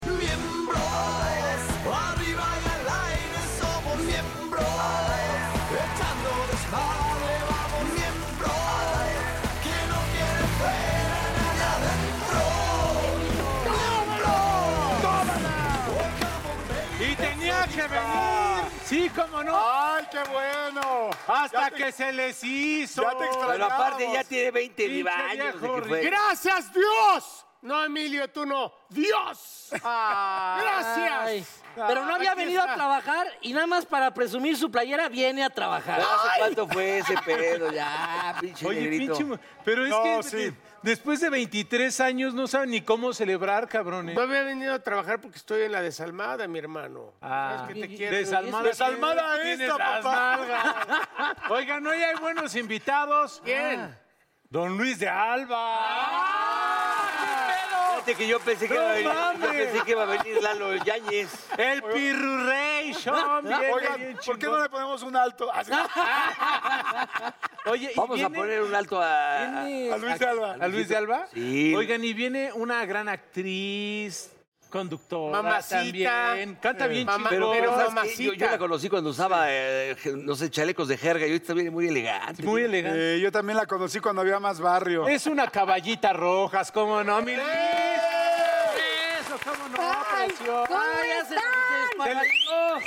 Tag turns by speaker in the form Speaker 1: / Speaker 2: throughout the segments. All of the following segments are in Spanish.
Speaker 1: Miembros, arriba y al aire somos miembros, echando desmadre vamos miembros, que no quiere fuera nadie adentro, miembros.
Speaker 2: Y tenía que venir. Sí, cómo no.
Speaker 3: ¡Ay, qué bueno!
Speaker 2: Hasta
Speaker 3: Ya te-
Speaker 2: que se les hizo.
Speaker 3: ya te extrañé.
Speaker 4: Pero aparte ya tiene 20
Speaker 2: Pinche
Speaker 4: rivales.
Speaker 2: viejo
Speaker 3: ¡Gracias, Dios! No, Emilio, tú no. ¡Dios!
Speaker 4: Ay.
Speaker 3: ¡Gracias!
Speaker 4: Pero
Speaker 5: Ah,
Speaker 4: no había
Speaker 3: Aquí
Speaker 4: venido
Speaker 3: está.
Speaker 4: a trabajar y nada más para presumir su playera viene a trabajar.
Speaker 3: Ay.
Speaker 4: ¿Hace cuánto fue ese pedo? Ya, pinche
Speaker 2: Oye,
Speaker 4: negrito.
Speaker 2: pinche. mo- Pero es
Speaker 3: No,
Speaker 2: que
Speaker 3: sí.
Speaker 2: de- después de 23 años no saben ni cómo celebrar, ¿eh? cabrones.
Speaker 3: No había venido a trabajar porque estoy en la desalmada, mi hermano.
Speaker 2: Ah.
Speaker 3: ¿Sabes que te quiero?
Speaker 2: Desalmada.
Speaker 3: Desalmada
Speaker 2: tienes
Speaker 3: esta,
Speaker 2: las
Speaker 3: papá.
Speaker 2: nalgas. Oigan, hoy hay buenos invitados. Ah,
Speaker 3: ¿Quién?
Speaker 2: Don Luis de Alba.
Speaker 4: Fíjate que yo pensé que,
Speaker 2: No
Speaker 4: iba, a venir, yo
Speaker 2: mames.
Speaker 4: pensé que iba a venir Lalo Yáñez.
Speaker 2: El Pirruration. viene bien
Speaker 3: Oigan, ¿por qué no
Speaker 2: chingón.
Speaker 3: le ponemos un alto? Así-
Speaker 2: Oye, y
Speaker 4: Vamos
Speaker 2: viene-
Speaker 4: a poner un alto a...
Speaker 2: viene-
Speaker 3: A Luis de Alba.
Speaker 2: ¿A Luis de Alba?
Speaker 4: Sí.
Speaker 2: Oigan, y viene una gran actriz, conductora
Speaker 3: Mamacita.
Speaker 2: también. Canta bien
Speaker 3: Mamá-
Speaker 2: chido.
Speaker 3: pero
Speaker 4: ¿sabes
Speaker 3: mamacita.
Speaker 4: qué? Yo, yo la conocí cuando usaba, eh, je- no sé, chalecos de jerga y hoy está bien- muy elegante.
Speaker 2: Muy elegante.
Speaker 3: Eh, yo también la conocí cuando había más barrio. Eh,
Speaker 2: Es una caballita rojas, ¿cómo no, mi Liz? Eso, ¿cómo no, preciosa.
Speaker 6: ¿Cómo
Speaker 4: Ay, hace lo que ustedes
Speaker 6: están?
Speaker 2: Se
Speaker 4: pagan.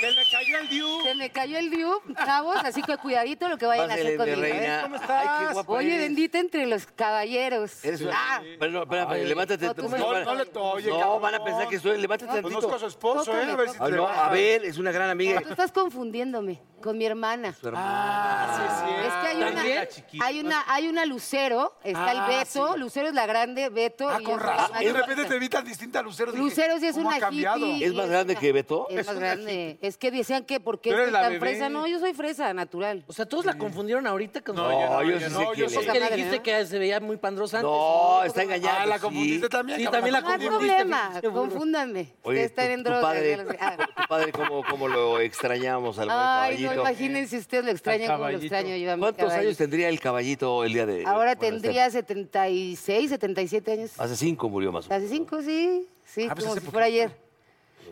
Speaker 2: le, se le cayó el diu.
Speaker 6: Se me cayó el view, chavos, así que cuidadito lo que vayan a
Speaker 4: Pásale,
Speaker 6: hacer
Speaker 4: mi
Speaker 6: conmigo. ¿eh?
Speaker 4: reina.
Speaker 2: ¿Cómo estás?
Speaker 4: Ay, qué guapa
Speaker 6: Oye,
Speaker 4: eres.
Speaker 6: bendita entre los caballeros.
Speaker 4: Eres una-
Speaker 6: Ah,
Speaker 4: Pero no, espérame, levántate.
Speaker 6: no, tú
Speaker 4: porque
Speaker 6: me-
Speaker 4: van-
Speaker 3: No, no le- oye,
Speaker 4: No,
Speaker 3: cabrón. Ah,
Speaker 4: van a pensar que soy... Levántate tantito.
Speaker 3: Conozco a su esposo,
Speaker 6: Tócale,
Speaker 3: ¿eh? A ver si te
Speaker 4: Ah, no,
Speaker 3: levanta.
Speaker 4: a ver, es una gran amiga.
Speaker 6: tú estás confundiéndome con mi hermana.
Speaker 2: Ah,
Speaker 4: Su hermana.
Speaker 6: es que hay
Speaker 4: también la
Speaker 6: una,
Speaker 4: chiquita.
Speaker 6: hay una, hay una Lucero, está
Speaker 2: Ah,
Speaker 6: el Beto, Lucero es la grande, Beto.
Speaker 3: Ah,
Speaker 6: y
Speaker 3: con
Speaker 6: yo-
Speaker 3: razón.
Speaker 6: Ay,
Speaker 3: De repente te evitan distinta a Lucero. dije,
Speaker 6: Lucero sí es
Speaker 3: ¿cómo
Speaker 6: una
Speaker 3: ha cambiado?
Speaker 6: hippie.
Speaker 4: ¿Es más grande que Beto?
Speaker 6: Es más grande. Es que decían que porque
Speaker 2: Tú
Speaker 6: es
Speaker 2: eres la
Speaker 6: tan
Speaker 2: bebé.
Speaker 6: fresa. No, yo soy fresa, natural.
Speaker 4: O sea, todos la confundieron ahorita con
Speaker 2: No, yo no,
Speaker 4: yo,
Speaker 2: yo
Speaker 4: sí
Speaker 2: no,
Speaker 4: sé
Speaker 2: yo
Speaker 4: quién
Speaker 2: soy
Speaker 4: es.
Speaker 6: la
Speaker 4: que
Speaker 6: madre,
Speaker 4: dijiste
Speaker 6: ¿no?
Speaker 4: que se veía muy pandrosa antes. No, está engañado.
Speaker 3: Ah, la
Speaker 4: sí.
Speaker 3: confundiste también,
Speaker 4: Sí,
Speaker 3: cabrón,
Speaker 4: también
Speaker 3: la
Speaker 4: la
Speaker 6: No hay
Speaker 4: confundiste.
Speaker 6: problema,
Speaker 4: pinche burro.
Speaker 6: confúndanme.
Speaker 4: Oye,
Speaker 6: Ustedes están
Speaker 4: tu,
Speaker 6: en
Speaker 4: tu
Speaker 6: drogas.
Speaker 4: padre,
Speaker 6: ya lo sé. Ah.
Speaker 4: tu padre ¿cómo, cómo lo extrañamos al buen
Speaker 6: Ay, no,
Speaker 4: caballito?
Speaker 6: imagínense ustedes lo extrañan como lo
Speaker 2: caballito.
Speaker 6: extraño yo a mi
Speaker 4: ¿Cuántos
Speaker 6: caballo.
Speaker 4: años tendría el caballito el día de
Speaker 6: Ahora
Speaker 4: bueno,
Speaker 6: tendría 76, 77 años.
Speaker 4: este- Hace cinco murió más o menos.
Speaker 6: Hace cinco, sí. Sí,
Speaker 3: Ah, pues
Speaker 6: como
Speaker 3: hace
Speaker 6: si fuera ayer.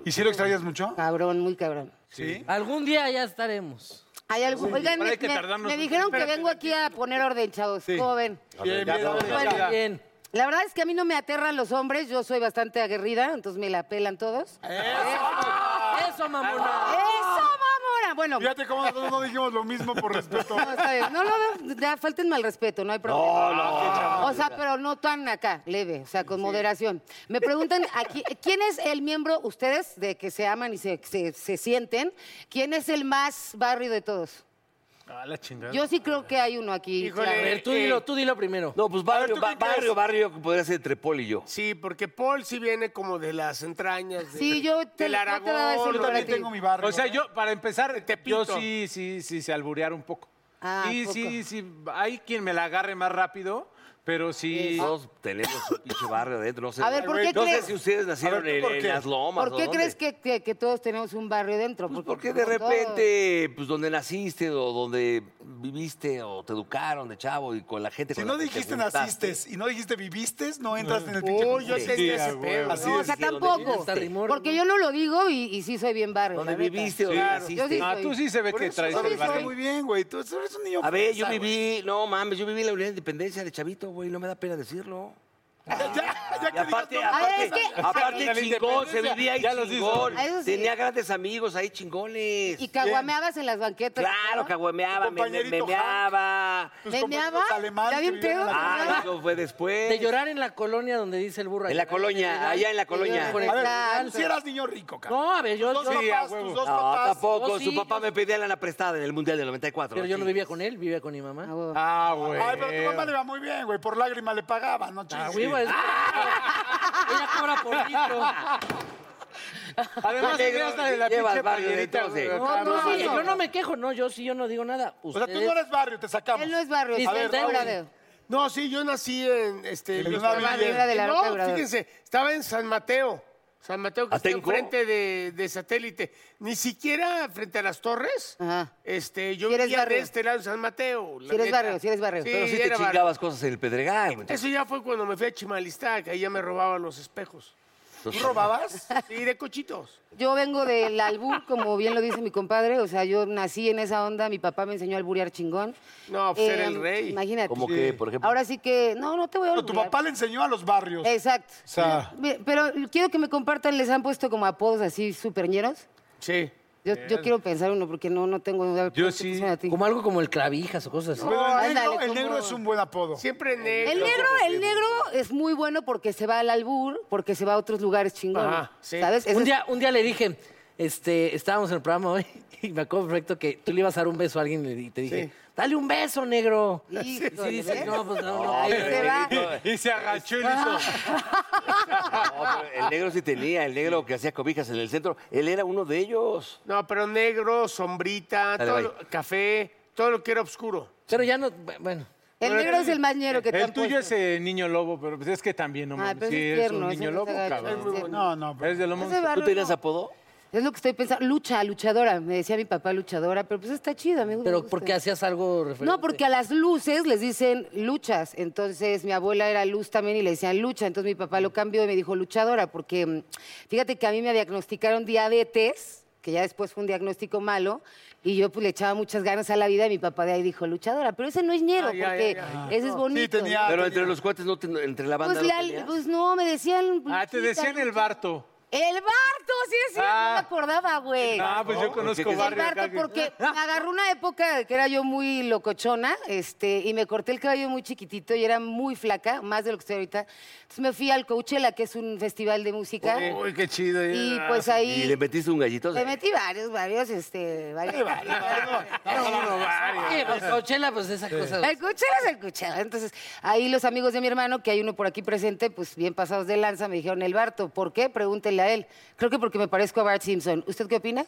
Speaker 3: ¿Y si lo extrañas mucho?
Speaker 6: Cabrón, muy cabrón.
Speaker 3: Sí.
Speaker 4: Algún día ya estaremos.
Speaker 6: Hay algo. Oigan,
Speaker 2: pero
Speaker 6: me,
Speaker 2: hay que
Speaker 6: me-
Speaker 2: tardarnos
Speaker 6: me
Speaker 2: un-
Speaker 6: dijeron que vengo aquí a poner orden, chavos. ¿Cómo ven?
Speaker 3: Bien, bien, bien.
Speaker 6: Bueno,
Speaker 4: Muy bien.
Speaker 6: La verdad es que a mí no me aterran los hombres. Yo soy bastante aguerrida, entonces me la pelan todos.
Speaker 4: Eso, mamona.
Speaker 2: Ah.
Speaker 6: ¡Eso, mamora! Bueno,
Speaker 3: Fíjate cómo nosotros no dijimos lo mismo por respeto.
Speaker 6: no, está bien. No, no, ya faltenme al respeto, no hay problema.
Speaker 4: No, no.
Speaker 6: O sea, pero no tan acá, leve, o sea, con moderación. Me preguntan aquí, ¿quién es el miembro, ustedes, de que se aman y se, se- se sienten? ¿Quién es el más barrio de todos?
Speaker 2: Ah, la chingada.
Speaker 6: Yo sí creo que hay uno aquí.
Speaker 4: A
Speaker 6: claro.
Speaker 4: ver, tú dilo, tú dilo primero.
Speaker 7: No, pues
Speaker 3: A ver,
Speaker 7: barrio,
Speaker 3: ¿tú
Speaker 7: ba-
Speaker 3: qué crees?
Speaker 7: barrio, barrio, podría ser entre Paul y yo.
Speaker 5: Sí, porque Paul sí viene como de las entrañas. de-
Speaker 6: Sí, yo te,
Speaker 5: del
Speaker 6: no te daba ese
Speaker 5: Aragón,
Speaker 3: Yo
Speaker 6: lugar a
Speaker 3: también
Speaker 6: ti.
Speaker 3: tengo mi barrio.
Speaker 2: O sea, yo, para empezar, yo
Speaker 5: Tepito.
Speaker 2: sí, sí, sí, se alburearon un poco.
Speaker 6: Ah,
Speaker 2: sí,
Speaker 6: poco.
Speaker 2: sí, sí, hay quien me la agarre más rápido, pero sí.
Speaker 7: Dos. Dos.
Speaker 4: Tenemos un pinche barrio adentro. No sé,
Speaker 6: A ver, ¿por qué
Speaker 7: No sé
Speaker 6: crees,
Speaker 7: si ustedes nacieron
Speaker 3: ver, ¿tú por
Speaker 7: en, en
Speaker 3: qué?
Speaker 7: las lomas.
Speaker 6: ¿por
Speaker 7: o
Speaker 6: qué
Speaker 7: dónde.
Speaker 6: crees que, que- que todos tenemos un barrio dentro?
Speaker 7: Pues porque de
Speaker 6: como todos.
Speaker 7: repente, pues donde naciste o donde viviste o te educaron de chavo y con la gente
Speaker 3: Si
Speaker 7: con
Speaker 3: no
Speaker 7: la que te
Speaker 3: dijiste
Speaker 7: juntaste.
Speaker 3: naciste y no dijiste viviste, no entras en el pinche.
Speaker 5: Uy, yo
Speaker 3: conflicto.
Speaker 5: tenía
Speaker 2: Sí, a
Speaker 5: ese
Speaker 2: huevo.
Speaker 7: pues,
Speaker 5: pedo.
Speaker 3: Así
Speaker 6: No, o
Speaker 3: es.
Speaker 6: sea, tampoco.
Speaker 4: Hasta rimor,
Speaker 6: Porque
Speaker 4: ¿no?
Speaker 6: yo no lo digo y, y sí soy bien barrio.
Speaker 7: Donde
Speaker 6: la neta.
Speaker 7: viviste o
Speaker 6: Yo sí
Speaker 7: naciste.
Speaker 2: Ah,
Speaker 6: soy.
Speaker 2: tú sí se ve
Speaker 3: Por
Speaker 2: que
Speaker 3: eso
Speaker 2: traes
Speaker 3: sabes
Speaker 2: el barrio.
Speaker 3: muy bien, güey. Tú eres un niño.
Speaker 7: A ver, yo
Speaker 3: fresa, güey.
Speaker 7: viví, no mames, yo viví la unidad de independencia de chavito, güey, no me da pena decirlo.
Speaker 4: Y aparte,
Speaker 6: Ah,
Speaker 4: aparte,
Speaker 6: es que-
Speaker 4: aparte
Speaker 2: La
Speaker 4: chingón, se
Speaker 2: independencia,
Speaker 4: vivía ahí
Speaker 2: ya los
Speaker 4: chingón.
Speaker 6: hizo. Eso sí.
Speaker 4: Tenía grandes amigos ahí chingones.
Speaker 6: Y caguameabas en las banquetas.
Speaker 4: Claro,
Speaker 6: ¿no?
Speaker 4: caguameaba, me, me,
Speaker 5: compañerito
Speaker 4: meaba.
Speaker 5: Tus
Speaker 6: ¿Me
Speaker 5: compañeros
Speaker 6: meaba?
Speaker 5: alemanes
Speaker 6: ¿Ya bien
Speaker 5: que vivían
Speaker 6: pedo?
Speaker 5: en la-
Speaker 4: Ah, eso fue después.
Speaker 8: De llorar en la colonia donde dice el burro.
Speaker 4: En la
Speaker 8: Llorar,
Speaker 4: colonia,
Speaker 8: llorar.
Speaker 4: allá en la colonia. Ah,
Speaker 8: Por el
Speaker 5: A ver,
Speaker 8: canto.
Speaker 5: si eras niño rico, cabrón.
Speaker 8: No, a ver, yo, yo-
Speaker 5: Tus dos
Speaker 2: sí, a
Speaker 5: papás,
Speaker 2: huevo.
Speaker 5: tus dos
Speaker 4: No, Oh,
Speaker 5: papás.
Speaker 4: tampoco.
Speaker 8: No, Oh, sí,
Speaker 4: Su papá
Speaker 8: yo-
Speaker 4: me pedía lana prestada en el Mundial del 94.
Speaker 8: pero yo no
Speaker 4: sí.
Speaker 8: vivía con él, vivía con mi
Speaker 6: Ah,
Speaker 8: mamá.
Speaker 6: huevo.
Speaker 2: Ah, güey.
Speaker 5: Ay, pero tu mamá le va muy bien, güey. Por lágrimas le pagaban, ¿no?
Speaker 8: Ah,
Speaker 5: chingues.
Speaker 8: huevo, es- Ella cobra por litro.
Speaker 4: Qué
Speaker 2: Además, se ve
Speaker 4: negro,
Speaker 2: hasta de la
Speaker 4: llevas
Speaker 2: pinche
Speaker 4: barrio de eh.
Speaker 2: pañerita,
Speaker 4: doce.
Speaker 2: güey,
Speaker 8: No,
Speaker 2: acá,
Speaker 8: no,
Speaker 2: mames.
Speaker 8: sí, yo no me quejo, no, yo sí, yo no digo nada.
Speaker 5: O sea, tú no eres barrio, te sacamos.
Speaker 6: Él no es barrio,
Speaker 8: A
Speaker 6: es
Speaker 8: ver,
Speaker 6: el Bradeo.
Speaker 3: No, sí, yo nací en. Este,
Speaker 5: En
Speaker 3: yo
Speaker 5: Vista
Speaker 3: estaba-
Speaker 6: Alegre de la
Speaker 3: no,
Speaker 6: Roca Brava.
Speaker 3: fíjense, estaba en San Mateo. San Mateo, que está
Speaker 4: ¿Atenco?
Speaker 3: enfrente de, de satélite. Ni siquiera frente a las torres.
Speaker 6: Ajá.
Speaker 3: Este, yo
Speaker 6: Sí eres
Speaker 3: vivía de
Speaker 6: barrio.
Speaker 3: este lado en San Mateo. la
Speaker 6: Sí eres
Speaker 3: neta.
Speaker 6: barrio, sí eres barrio.
Speaker 4: Pero sí te
Speaker 3: era barrio.
Speaker 4: chingabas cosas en el Pedregal. güey.
Speaker 3: Eso ya fue cuando me fui a Chimalistac, ahí ya me robaban los espejos.
Speaker 4: Entonces-
Speaker 3: ¿Robabas? Sí, de cochitos.
Speaker 6: Yo vengo del albur, como bien lo dice mi compadre. O sea, yo nací en esa onda. Mi papá me enseñó a alburear chingón. Em,
Speaker 3: No, pues, era el rey.
Speaker 6: Imagínate.
Speaker 4: Como que, por ejemplo.
Speaker 6: Ahora sí que... No, no te voy a
Speaker 5: Pero tu
Speaker 6: alburear.
Speaker 5: papá le enseñó a los barrios.
Speaker 6: Exacto.
Speaker 5: O sea-
Speaker 6: Mi- Pero quiero que me compartan, ¿les han puesto como apodos así superñeros?
Speaker 3: Sí.
Speaker 6: Yo, yo quiero pensar uno porque no, no tengo...
Speaker 2: Yo
Speaker 6: ¿cómo te
Speaker 2: sí,
Speaker 6: pusieron a ti?
Speaker 8: Como algo como el clavijas o cosas así.
Speaker 5: Pero el,
Speaker 6: ándale,
Speaker 5: negro, el
Speaker 6: ¿cómo?
Speaker 5: negro es un buen apodo.
Speaker 3: Siempre negro.
Speaker 6: El negro, el negro es muy bueno porque se va al albur, porque se va a otros lugares chingones.
Speaker 3: Ajá, sí.
Speaker 6: ¿Sabes? Ese
Speaker 8: Un
Speaker 6: es-
Speaker 8: día, un día le dije, este, estábamos en el programa hoy y me acuerdo perfecto que tú le ibas a dar un beso a alguien y te dije, dale un beso, negro. Y
Speaker 6: Híjole,
Speaker 8: sí, dice,
Speaker 6: ¿ves?
Speaker 8: no, pues no, no.
Speaker 6: Ahí
Speaker 8: ay,
Speaker 6: se va.
Speaker 2: Y se agachó y hizo.
Speaker 4: No, pero el negro sí tenía, el negro que hacía cobijas en el centro. Él era uno de ellos.
Speaker 3: No, pero negro, sombrita,
Speaker 4: Dale,
Speaker 3: todo
Speaker 4: bye.
Speaker 3: lo- café, todo lo que era oscuro.
Speaker 8: Pero ya no, bueno.
Speaker 6: El negro es el más ñero que te
Speaker 2: El
Speaker 6: han
Speaker 2: tuyo es
Speaker 6: puesto.
Speaker 2: eh, niño lobo, pero pues es que también, no
Speaker 6: Ay,
Speaker 2: mames.
Speaker 6: pero
Speaker 2: sí,
Speaker 6: ese
Speaker 2: es,
Speaker 6: es tierno,
Speaker 2: un
Speaker 6: ese
Speaker 2: niño
Speaker 6: no se
Speaker 2: lobo,
Speaker 6: agacha,
Speaker 2: cabrón.
Speaker 6: es muy bueno.
Speaker 5: No, no.
Speaker 2: Es de lo
Speaker 6: Ese
Speaker 2: más.
Speaker 6: barrio
Speaker 4: ¿Tú tenías
Speaker 6: no.
Speaker 4: apodo?
Speaker 6: Es lo que estoy pensando. Lucha, luchadora. Me decía mi papá luchadora, pero pues está chido, amigo.
Speaker 8: Pero ¿por qué
Speaker 6: así?
Speaker 8: hacías algo referente?
Speaker 6: No, porque a las luces les dicen luchas. Entonces mi abuela era luz también y le decían lucha. Entonces mi papá
Speaker 8: Mm.
Speaker 6: lo cambió y me dijo luchadora, porque mm, fíjate que a mí me diagnosticaron diabetes, que ya después fue un diagnóstico malo, y yo pues le echaba muchas ganas a la vida y mi papá de ahí dijo luchadora. Pero ese no es ñero,
Speaker 3: Ah, ya,
Speaker 6: porque
Speaker 3: ya, ya.
Speaker 6: ese es bonito.
Speaker 5: tenía-
Speaker 4: Pero entre los cuates, no ten- entre la banda.
Speaker 6: Pues,
Speaker 4: no
Speaker 6: la-
Speaker 4: tenías.
Speaker 6: pues no, me decían.
Speaker 2: Ah, te
Speaker 6: luchita,
Speaker 2: decían el
Speaker 6: lucha.
Speaker 2: barto.
Speaker 6: El barto, sí, sí,
Speaker 2: Ah.
Speaker 6: no me acordaba, güey.
Speaker 2: Ah, pues yo conozco
Speaker 4: Porque-
Speaker 6: El
Speaker 2: barrio.
Speaker 6: barto,
Speaker 2: acá que-
Speaker 6: porque me agarró una época que era yo muy locochona, este, y me corté el cabello muy chiquitito y era muy flaca, más de lo que estoy ahorita. Entonces me fui al Coachella, que es un festival de música,
Speaker 2: Uy, qué chido. eh.
Speaker 6: y pues
Speaker 4: ¿Y le
Speaker 6: ahí
Speaker 4: metiste un gallito?
Speaker 6: me metí varios, varios, este, varios.
Speaker 8: Sí, pues, Coachella, pues esas cosas.
Speaker 6: El Coachella es el Coachella. Entonces, ahí los amigos de mi hermano, que hay uno por aquí presente, pues bien pasados de lanza, me dijeron el Barto. ¿Por qué? Pregúntenle a él. Creo que porque me parezco a Bart Simpson. ¿Usted qué opina?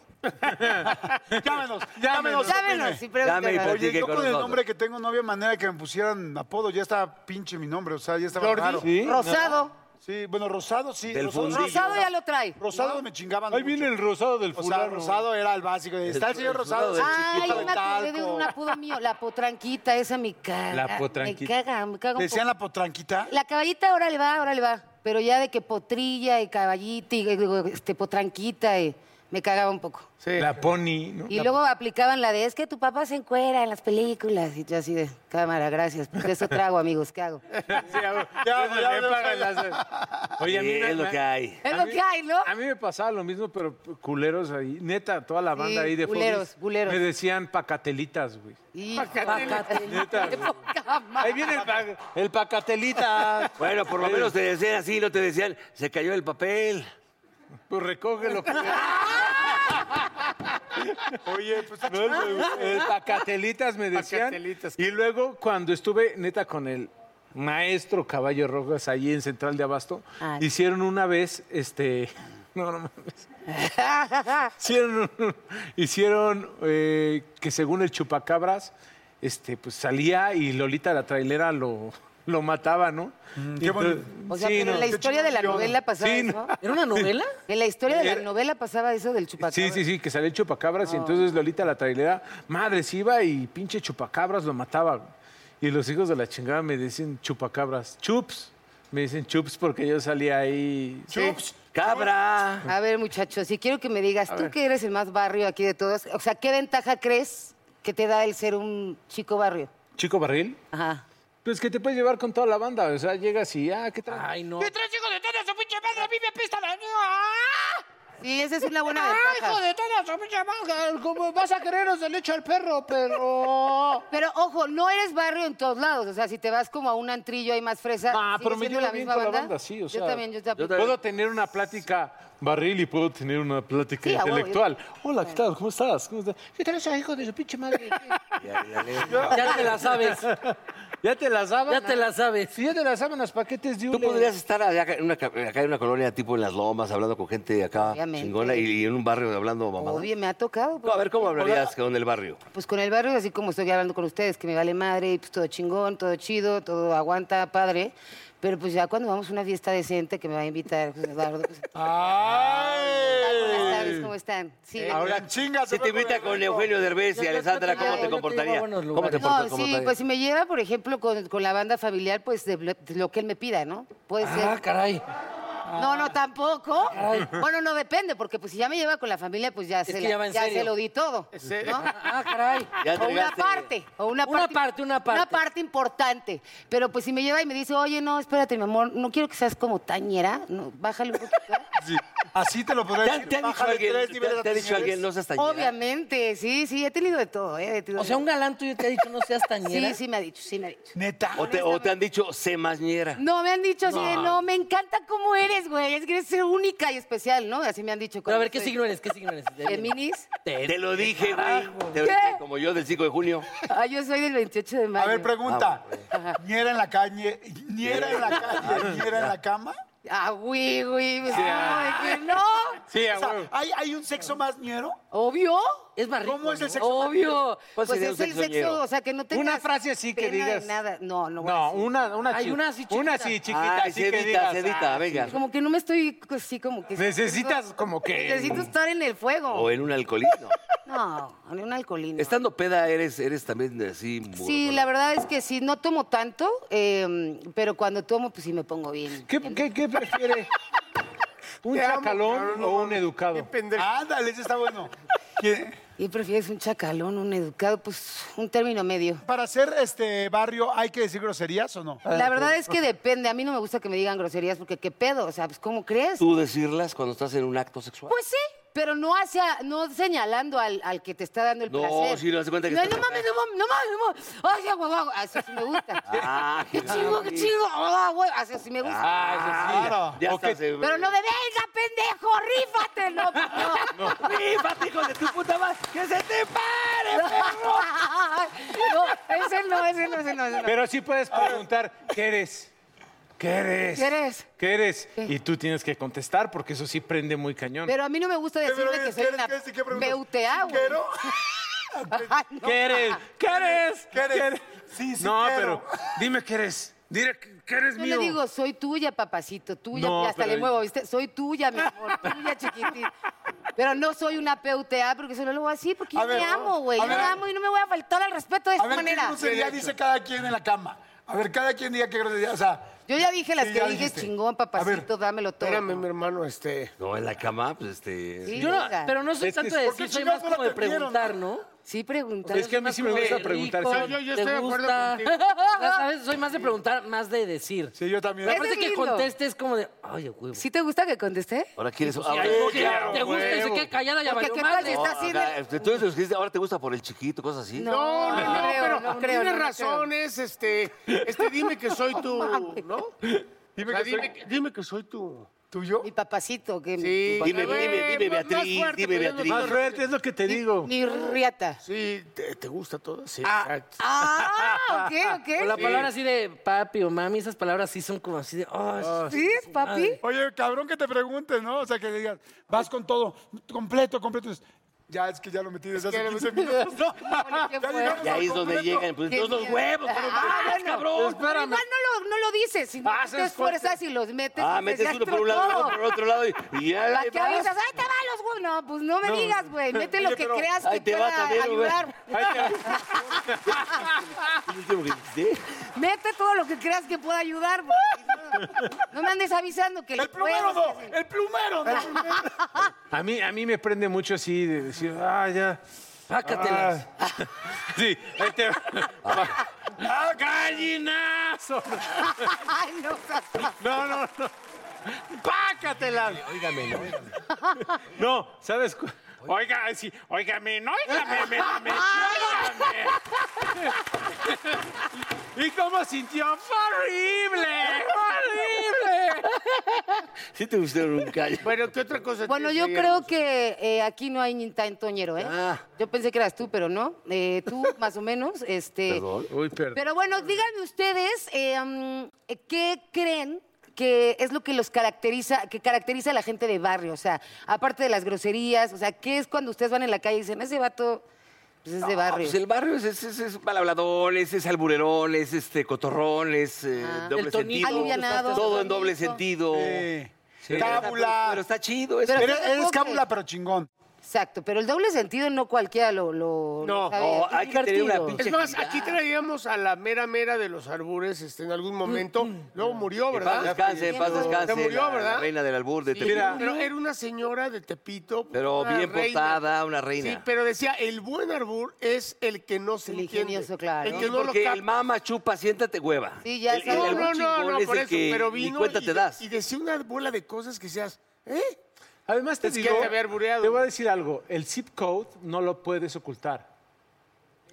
Speaker 5: Llámenos,
Speaker 2: Llámenos.
Speaker 5: llámenos.
Speaker 6: Llámenos y pregúntenle.
Speaker 4: Dame y
Speaker 6: a Bart.
Speaker 4: por-
Speaker 5: Oye,
Speaker 4: Platique
Speaker 5: yo
Speaker 4: con
Speaker 5: con el
Speaker 4: nosotros.
Speaker 5: nombre que tengo no había manera que me pusieran apodo. Ya estaba pinche mi nombre, o sea, ya estaba
Speaker 3: Jordi.
Speaker 5: raro.
Speaker 2: Sí,
Speaker 6: Rosado.
Speaker 5: Sí, bueno, Rosado sí.
Speaker 4: Del
Speaker 5: Rosado,
Speaker 4: fundillo.
Speaker 6: Rosado ya lo trae.
Speaker 5: Rosado me chingaban
Speaker 2: Ahí viene el rosado del
Speaker 5: O sea,
Speaker 2: fulano.
Speaker 5: Rosado era el básico. de, Está el señor
Speaker 4: el
Speaker 5: Rosado.
Speaker 4: fulano del
Speaker 5: sí,
Speaker 6: Ay,
Speaker 5: chiquito
Speaker 6: yo me acordé de
Speaker 5: talco.
Speaker 6: un apodo mío, la potranquita, esa me caga.
Speaker 2: La potranquita.
Speaker 6: Me caga, me caga. un
Speaker 5: ¿Te decían
Speaker 6: poco.
Speaker 5: la potranquita?
Speaker 6: La caballita ahora le va, ahora le va. Pero ya de que potrilla y caballita y digo, este, potranquita, y me cagaba un poco.
Speaker 3: Sí.
Speaker 2: La pony, ¿no?
Speaker 6: Y luego aplicaban la de, es que tu papá se encuera en las películas. Y yo así de, cámara, gracias. Pues de eso trago, amigos, ¿qué hago?
Speaker 2: Ya, ya, ya, para las- eh. Oye, a mí
Speaker 4: Sí,
Speaker 2: me-
Speaker 4: es lo
Speaker 2: me-
Speaker 4: que hay.
Speaker 6: Es
Speaker 2: a
Speaker 6: lo
Speaker 2: mí-
Speaker 6: que hay, ¿no?
Speaker 2: A mí me pasaba lo mismo, pero culeros ahí. Neta, toda la
Speaker 6: Sí,
Speaker 2: banda ahí de
Speaker 6: culeros,
Speaker 2: Fogis
Speaker 6: culeros.
Speaker 2: Me decían pacatelitas, güey.
Speaker 6: Y-
Speaker 2: Neta,
Speaker 6: Qué
Speaker 2: güey.
Speaker 6: poca madre.
Speaker 2: Ahí viene el, pa- el pacatelita.
Speaker 4: Bueno, por lo
Speaker 2: Eh,
Speaker 4: menos te decían así, no te decían, se cayó el papel.
Speaker 2: Pues recógelo.
Speaker 5: Oye, pues
Speaker 2: No, el, el pacatelitas me decían.
Speaker 3: Pacatelitas.
Speaker 2: Y luego cuando estuve neta con el maestro Caballo Rojas allí en Central de Abasto,
Speaker 6: Ay.
Speaker 2: hicieron una vez este no, no mames. Hicieron, un- hicieron eh, que según el chupacabras, este, pues salía y Lolita la trailera lo, lo mataba, ¿no?
Speaker 5: Mm, qué bonito.
Speaker 6: O sea,
Speaker 2: sí,
Speaker 6: pero en
Speaker 2: no.
Speaker 6: la historia de la novela pasaba
Speaker 2: Sí,
Speaker 6: eso.
Speaker 2: no.
Speaker 8: ¿Era una novela?
Speaker 6: En la historia de la
Speaker 2: Era-
Speaker 6: novela pasaba eso del chupacabras.
Speaker 2: Sí, sí, sí, que salía el chupacabras y entonces Lolita la trailera, madre, se iba y pinche chupacabras lo mataba. Y los hijos de la chingada me dicen chupacabras, chups. Me dicen chups porque yo salía ahí.
Speaker 5: Chups.
Speaker 4: ¡Cabra!
Speaker 6: A ver, muchachos, y quiero que me digas, tú que eres el más barrio aquí de todos, o sea, ¿qué ventaja crees que te da el ser un chico barrio?
Speaker 2: Chico Barril,
Speaker 6: Ajá.
Speaker 2: Pues que te puedes llevar con toda la banda. O sea, llegas y, ah, ¿qué tal? Ay, no.
Speaker 9: ¡Que tres hijos de toda su pinche madre! ¡Vive pista la niña!
Speaker 6: Sí, esa es una buena
Speaker 9: ¡Ah,
Speaker 6: ventaja.
Speaker 9: hijo de toda su pinche madre! ¿Cómo vas a querernos del hecho al perro, perro?
Speaker 6: Pero ojo, no eres barrio en todos lados. O sea, si te vas como a un antrillo ahí más fresa.
Speaker 2: Ah,
Speaker 6: ¿sigues
Speaker 2: pero me
Speaker 6: siendo
Speaker 2: llevo
Speaker 6: la
Speaker 2: bien
Speaker 6: misma
Speaker 2: con
Speaker 6: banda?
Speaker 2: la banda, sí, o sea.
Speaker 6: Yo también, yo también.
Speaker 2: Puedo tener una plática barril y puedo tener una plática
Speaker 6: Sí, a huevo, yo-
Speaker 2: intelectual. Hola, ¿qué tal? ¿Cómo estás? ¿Cómo estás?
Speaker 9: ¿Qué tal ese hijo de su pinche madre?
Speaker 8: Ya te la sabes.
Speaker 2: ¿Ya te la sabes?
Speaker 8: Ya te la sabes.
Speaker 2: Si ya te la saben, los paquetes de un...
Speaker 4: Tú podrías estar allá en una, ca- acá en una colonia tipo en las lomas, hablando con gente acá
Speaker 6: Obviamente.
Speaker 4: chingona y, y en un barrio hablando mamada.
Speaker 6: Obvio, me ha tocado.
Speaker 4: No, a ver, ¿cómo hablarías con el barrio?
Speaker 6: Pues con el barrio, así como estoy hablando con ustedes, que me vale madre, pues todo chingón, todo chido, todo aguanta, padre. Pero pues ya cuando vamos a una fiesta decente que me va a invitar José Eduardo. pues, buenas tardes, ¿cómo están? Sí.
Speaker 4: Ahora
Speaker 5: chingas.
Speaker 4: Si te invita con Eugenio Derbez y Alessandra, ¿cómo te comportaría? ¿Cómo te portas-
Speaker 6: No,
Speaker 4: cómo
Speaker 6: sí,
Speaker 4: te-
Speaker 6: pues si me lleva, por ejemplo, con, con la banda familiar, pues de lo, de lo que él me pida, ¿no? Puede ser.
Speaker 8: Ah, caray.
Speaker 6: No, no, tampoco. Bueno, no depende, porque pues si ya me lleva con la familia, pues ya, se,
Speaker 8: que
Speaker 6: la-
Speaker 8: ya va en serio.
Speaker 6: se lo di todo. ¿no?
Speaker 8: Ah, caray.
Speaker 4: Ya
Speaker 6: O una
Speaker 4: entregaste-
Speaker 6: parte, o una parte,
Speaker 8: Una parte, una parte.
Speaker 6: una parte importante. Pero pues si me lleva y me dice, oye, no, espérate, mi amor, no quiero que seas como tañera, no, bájale un poquito.
Speaker 5: Así te lo podría
Speaker 4: ¿Te han-
Speaker 5: decir.
Speaker 4: te han dicho
Speaker 5: bájale
Speaker 4: alguien-
Speaker 5: tres niveles
Speaker 4: te- te ha dicho
Speaker 5: atenciones.
Speaker 4: alguien, no seas tañera?
Speaker 6: Obviamente, sí, sí, he tenido de todo, ¿eh? he tenido
Speaker 8: O sea, un galán tuyo te ha dicho no seas tañera.
Speaker 6: Sí, sí me ha dicho, sí me ha dicho.
Speaker 5: Neta.
Speaker 4: ¿O te, o te han dicho, sé más ñera?
Speaker 6: No, me han dicho así de, no, me encanta cómo eres, güey, es que eres única y especial, ¿no? Así me han
Speaker 8: Pero
Speaker 6: dicho.
Speaker 8: a
Speaker 6: cuando
Speaker 8: ver, ¿qué
Speaker 6: soy
Speaker 8: signo eres? ¿Qué signo eres?
Speaker 6: Géminis.
Speaker 4: Te lo dije, güey. Te lo
Speaker 6: ¿Qué?
Speaker 4: dije, como yo del 5 de junio.
Speaker 6: Ah, yo soy del 28 de mayo.
Speaker 5: A ver, pregunta.
Speaker 6: Ajá.
Speaker 5: ¿Niera en la calle? ¿Niera en la calle? ¿Niera en la cama?
Speaker 6: Ah, güey, güey, pues, ¿cómo de que no?
Speaker 2: Sí, a
Speaker 5: O sea,
Speaker 2: huevo.
Speaker 5: ¿hay, hay un sexo más ñero?
Speaker 6: Obvio.
Speaker 8: Es barrico.
Speaker 1: Pues
Speaker 5: ¿Cómo es el
Speaker 8: ¿no?
Speaker 5: sexo?
Speaker 6: Obvio.
Speaker 4: ¿Cuál
Speaker 6: Pues
Speaker 4: sería
Speaker 6: es
Speaker 4: un
Speaker 6: el
Speaker 4: sexo ñero?
Speaker 6: sexo, o sea, que no tengas
Speaker 2: Una frase así que
Speaker 6: pena de
Speaker 2: digas.
Speaker 6: Nada. No, no, voy a
Speaker 2: No,
Speaker 6: decir.
Speaker 2: una, una
Speaker 8: Hay
Speaker 2: chi-
Speaker 8: una así chiquita.
Speaker 2: Una así chiquita,
Speaker 4: Ay,
Speaker 2: así que
Speaker 4: Cedita,
Speaker 2: digas,
Speaker 4: Cedita,
Speaker 2: ah,
Speaker 4: venga.
Speaker 6: Como que no me estoy así como que...
Speaker 2: Necesitas como que-
Speaker 6: Necesito estar en el fuego.
Speaker 4: O en un alcoholismo.
Speaker 6: No, en un alcoholino.
Speaker 4: Estando peda, eres, eres también así.
Speaker 6: Sí, la verdad es que sí, no tomo tanto, eh, pero cuando tomo, pues sí me pongo bien.
Speaker 2: ¿Qué, qué, qué prefiere? ¿Un
Speaker 3: Te amo,
Speaker 2: chacalón
Speaker 3: cabrón,
Speaker 2: o
Speaker 3: no
Speaker 2: un
Speaker 3: mames. Qué
Speaker 2: educado?
Speaker 3: pendejo.
Speaker 5: Ándale, ese está bueno. ¿Quién-
Speaker 6: ¿Y prefieres un chacalón, un educado? Pues un término medio.
Speaker 5: Para ser este barrio, ¿hay que decir groserías o no?
Speaker 2: Ah,
Speaker 6: La verdad es que depende. A mí no me gusta que me digan groserías porque qué pedo, o sea, pues ¿cómo crees?
Speaker 4: ¿Tú decirlas cuando estás en un acto sexual?
Speaker 6: Pues sí, pero no hacia, no señalando al, al que te está dando el
Speaker 4: No,
Speaker 6: placer.
Speaker 4: sí, no hace cuenta que
Speaker 6: No,
Speaker 4: está-
Speaker 6: no mames, no mames, no mames, no mames. Ay, ya, guau, guau. Así sí me gusta.
Speaker 4: Ah,
Speaker 6: qué chingo, qué chingo. Ah, güey. Así sí me gusta.
Speaker 2: Ah, eso sí.
Speaker 4: Ya
Speaker 2: O
Speaker 4: está,
Speaker 2: que-
Speaker 4: se-
Speaker 6: Pero no de venga, pendejo, rífate, no. No, no.
Speaker 4: ¡Rífate, hijo de tu puta madre! ¡Que se te pare, perro!
Speaker 6: ese no, ese no, ese no, ese no.
Speaker 2: Pero sí puedes preguntar, ¿qué eres? ¿Qué eres?
Speaker 6: ¿Qué eres?
Speaker 2: ¿Qué eres? Y tú tienes que contestar porque eso sí prende muy cañón.
Speaker 6: Pero a mí no me gusta decirle que soy una beutea, güey.
Speaker 5: ¿Quiero?
Speaker 6: Ay, no.
Speaker 2: ¿Qué eres? ¿Qué eres?
Speaker 5: ¿Qué eres? Sí, sí
Speaker 2: No,
Speaker 5: quiero.
Speaker 2: pero dime qué eres. Dile que que eres
Speaker 6: Yo
Speaker 2: mío.
Speaker 6: le digo, soy tuya, papacito, tuya,
Speaker 2: No,
Speaker 6: y hasta
Speaker 2: pero-
Speaker 6: le muevo, ¿viste? Soy tuya, mi amor, tuya, chiquitín. Pero no soy una PUTA, porque solo lo hago así, porque
Speaker 5: A
Speaker 6: yo
Speaker 5: ver,
Speaker 6: me amo, güey.
Speaker 5: a
Speaker 6: Yo me
Speaker 5: ver.
Speaker 6: amo y no me voy a faltar al respeto de
Speaker 5: A
Speaker 6: esta
Speaker 5: ver, ¿qué
Speaker 6: manera.
Speaker 5: grosería dice cada quien en la cama? A ver, cada quien diga qué grosería. O sea,
Speaker 6: Yo ya dije las
Speaker 5: Sí,
Speaker 6: que
Speaker 5: ya
Speaker 6: dije,
Speaker 5: dijiste.
Speaker 6: chingón, papacito, dámelo todo.
Speaker 3: Espérame, mi hermano, este.
Speaker 4: No, en la cama, pues este.
Speaker 6: Sí,
Speaker 8: Yo no-
Speaker 6: venga.
Speaker 8: pero no soy
Speaker 2: Es que-
Speaker 8: tanto de
Speaker 5: ¿por qué
Speaker 8: decir, soy
Speaker 5: chingados
Speaker 8: más
Speaker 5: no la
Speaker 8: como de
Speaker 5: atendieron?
Speaker 8: preguntar, ¿no?
Speaker 6: Sí, pregunta.
Speaker 2: Es que a mí sí me
Speaker 8: Más como
Speaker 2: gusta
Speaker 8: de
Speaker 2: preguntar.
Speaker 8: rico,
Speaker 2: sí.
Speaker 3: No, yo- yo
Speaker 8: ¿te
Speaker 3: estoy de acuerdo
Speaker 8: gusta?
Speaker 3: contigo.
Speaker 8: Ya sabes, soy más de preguntar, más de decir.
Speaker 5: sí, yo también.
Speaker 8: Me
Speaker 6: Eso
Speaker 8: parece
Speaker 6: es
Speaker 8: que
Speaker 6: lindo.
Speaker 8: contestes como de, ay, güey.
Speaker 6: ¿Sí te gusta que contesté?
Speaker 4: Ahora quieres.
Speaker 5: Pues,
Speaker 8: Si
Speaker 4: ahora-
Speaker 8: algo que
Speaker 2: claro,
Speaker 8: te gusta y se
Speaker 2: huevo.
Speaker 8: queda callada, ya
Speaker 6: Porque
Speaker 8: valió
Speaker 6: qué tal
Speaker 8: madre.
Speaker 6: si está haciendo...
Speaker 4: Ahora, este, tú eres de los que dices, ahora te gusta por el chiquito, cosas así.
Speaker 3: No, no, no,
Speaker 6: creo,
Speaker 3: pero
Speaker 6: no creo,
Speaker 3: tienes
Speaker 6: no, no
Speaker 3: razón, es este, este, dime que soy tú, ¿no? Dime, que,
Speaker 5: que
Speaker 3: dime, que, dime que soy tú.
Speaker 5: ¿Tuyo?
Speaker 6: Mi papacito, que...
Speaker 3: Sí.
Speaker 4: Dime,
Speaker 3: Güey,
Speaker 4: dime, dime,
Speaker 3: más- más
Speaker 4: Beatriz,
Speaker 3: fuerte,
Speaker 4: dime,
Speaker 3: pero yo no
Speaker 4: Beatriz.
Speaker 2: Más fuerte, es lo que te digo.
Speaker 6: Mi riata.
Speaker 3: Sí, ¿te, te gusta todo? Sí. ah, exacto.
Speaker 6: Ah, ok,
Speaker 8: O la
Speaker 6: ok.
Speaker 8: palabra así de papi o mami, esas palabras sí son como así de,
Speaker 5: Ah,
Speaker 8: oh,
Speaker 6: ¿Sí, papi?
Speaker 5: Oye, cabrón que te preguntes, ¿no? O sea, que digas, vas con todo, completo, completo. Es- Ya es que ya lo metí desde hace 15 minutos. No,
Speaker 6: qué
Speaker 5: ya
Speaker 6: fuerte.
Speaker 5: llegamos
Speaker 4: Y ahí
Speaker 5: al
Speaker 4: es donde
Speaker 5: completo.
Speaker 4: llegan, pues
Speaker 6: Qué
Speaker 4: entonces los
Speaker 6: miedo.
Speaker 4: huevos, pero
Speaker 6: Ah,
Speaker 4: no
Speaker 6: bueno.
Speaker 4: cabrón.
Speaker 6: Igual no lo, no lo dices, sino que
Speaker 2: Haces
Speaker 6: te esfuerzas y los metes.
Speaker 4: Ah,
Speaker 6: y dices,
Speaker 4: metes
Speaker 6: ya
Speaker 4: uno por
Speaker 6: estuvo
Speaker 4: un lado,
Speaker 6: todo.
Speaker 4: otro por otro lado y, y ya
Speaker 6: La
Speaker 4: ahí
Speaker 6: que
Speaker 4: vas.
Speaker 6: avisas, ahí te van los güey. No, pues no me digas, güey. Mete lo
Speaker 4: Oye,
Speaker 6: que
Speaker 4: pero
Speaker 6: creas
Speaker 4: ahí
Speaker 6: que
Speaker 4: te
Speaker 6: te
Speaker 4: va
Speaker 6: va
Speaker 4: también, güey.
Speaker 6: ayudar.
Speaker 4: Es el último que dijiste.
Speaker 6: Mete todo lo que creas que pueda ayudar, güey. No me andes avisando que
Speaker 5: El plumero no, el plumero no.
Speaker 2: A mí, a mí me prende mucho así de decir, ah, ya.
Speaker 8: sácatelas.
Speaker 2: Ah. Sí, ahí te va. ¡Ah, gallinazo!
Speaker 6: Ay, no,
Speaker 2: No, no, no. ¡Pácatela! Óigame, no. No, ¿sabes? cu- Oiga, sí, óigame, no, óigame, me, me, me, ¿Y cómo sintió? ¡Fue horrible! ¡Fue horrible!
Speaker 4: Sí te gustaron un callo.
Speaker 3: Bueno, ¿qué otra cosa
Speaker 6: Bueno, yo creo que eh, aquí no hay ni tan toñero, ¿eh?
Speaker 4: Ah.
Speaker 6: Yo pensé que eras tú, pero no. Eh, tú, más o menos. Este,
Speaker 2: Uy, perdón.
Speaker 6: Pero bueno, díganme ustedes, eh, mm, eh, ¿qué creen que es lo que los caracteriza, que caracteriza a la gente de barrio? O sea, aparte de las groserías, o sea, ¿qué es cuando ustedes van en la calle y dicen, ese vato pues, es de
Speaker 4: Ah,
Speaker 6: barrio?
Speaker 4: pues el barrio es, es, es, es malhablador, es, es alburerón, es este, cotorrón, es eh,
Speaker 6: Ah.
Speaker 4: doble
Speaker 6: El tonito.
Speaker 4: sentido.
Speaker 6: Alivianado.
Speaker 4: Todo en doble
Speaker 6: Tonito.
Speaker 4: sentido. Sí.
Speaker 5: Cábula.
Speaker 4: Pero está chido. es-
Speaker 6: Pero
Speaker 5: Eres,
Speaker 6: ¿estás de
Speaker 5: eres
Speaker 6: acuerdo
Speaker 5: cábula,
Speaker 6: que-
Speaker 5: pero chingón.
Speaker 6: Exacto, pero el doble sentido no cualquiera lo, lo- lo
Speaker 4: No,
Speaker 6: sabe.
Speaker 3: oh,
Speaker 4: no,
Speaker 6: Es
Speaker 4: hay que tener una
Speaker 6: divertido.
Speaker 4: pinche-
Speaker 3: Es más, aquí traíamos a la mera mera de los arbures este, en algún
Speaker 6: Mm,
Speaker 3: momento. Luego murió,
Speaker 4: En paz
Speaker 3: ¿verdad?
Speaker 4: descanse, en paz
Speaker 3: Se
Speaker 4: descanse.
Speaker 3: murió,
Speaker 4: la- la
Speaker 3: ¿verdad?
Speaker 4: reina del albur de
Speaker 3: Sí,
Speaker 4: Tepito.
Speaker 3: pero era una señora de Tepito.
Speaker 4: Pero
Speaker 3: una
Speaker 4: bien
Speaker 3: reina.
Speaker 4: portada, una
Speaker 3: Sí,
Speaker 4: reina.
Speaker 3: pero decía, el buen arbur es el que no se
Speaker 6: El
Speaker 3: entiende.
Speaker 6: ingenioso, claro.
Speaker 3: El
Speaker 4: Sí,
Speaker 3: que no lo
Speaker 4: porque
Speaker 3: capta.
Speaker 4: el mama chupa, siéntate hueva.
Speaker 6: Sí, ya
Speaker 4: el, el
Speaker 6: sabes.
Speaker 3: No,
Speaker 4: albur
Speaker 3: no, no,
Speaker 4: chingón
Speaker 3: no,
Speaker 4: es
Speaker 3: por
Speaker 4: el
Speaker 3: eso,
Speaker 4: que
Speaker 3: pero
Speaker 4: ni
Speaker 3: vino
Speaker 4: cuenta
Speaker 3: y,
Speaker 4: te das.
Speaker 3: y decía una bola de cosas que decías, ¿eh?
Speaker 2: Además te
Speaker 3: Es que
Speaker 2: digo,
Speaker 3: hay que haber bureado.
Speaker 2: te voy a decir algo, el zip code no lo puedes ocultar.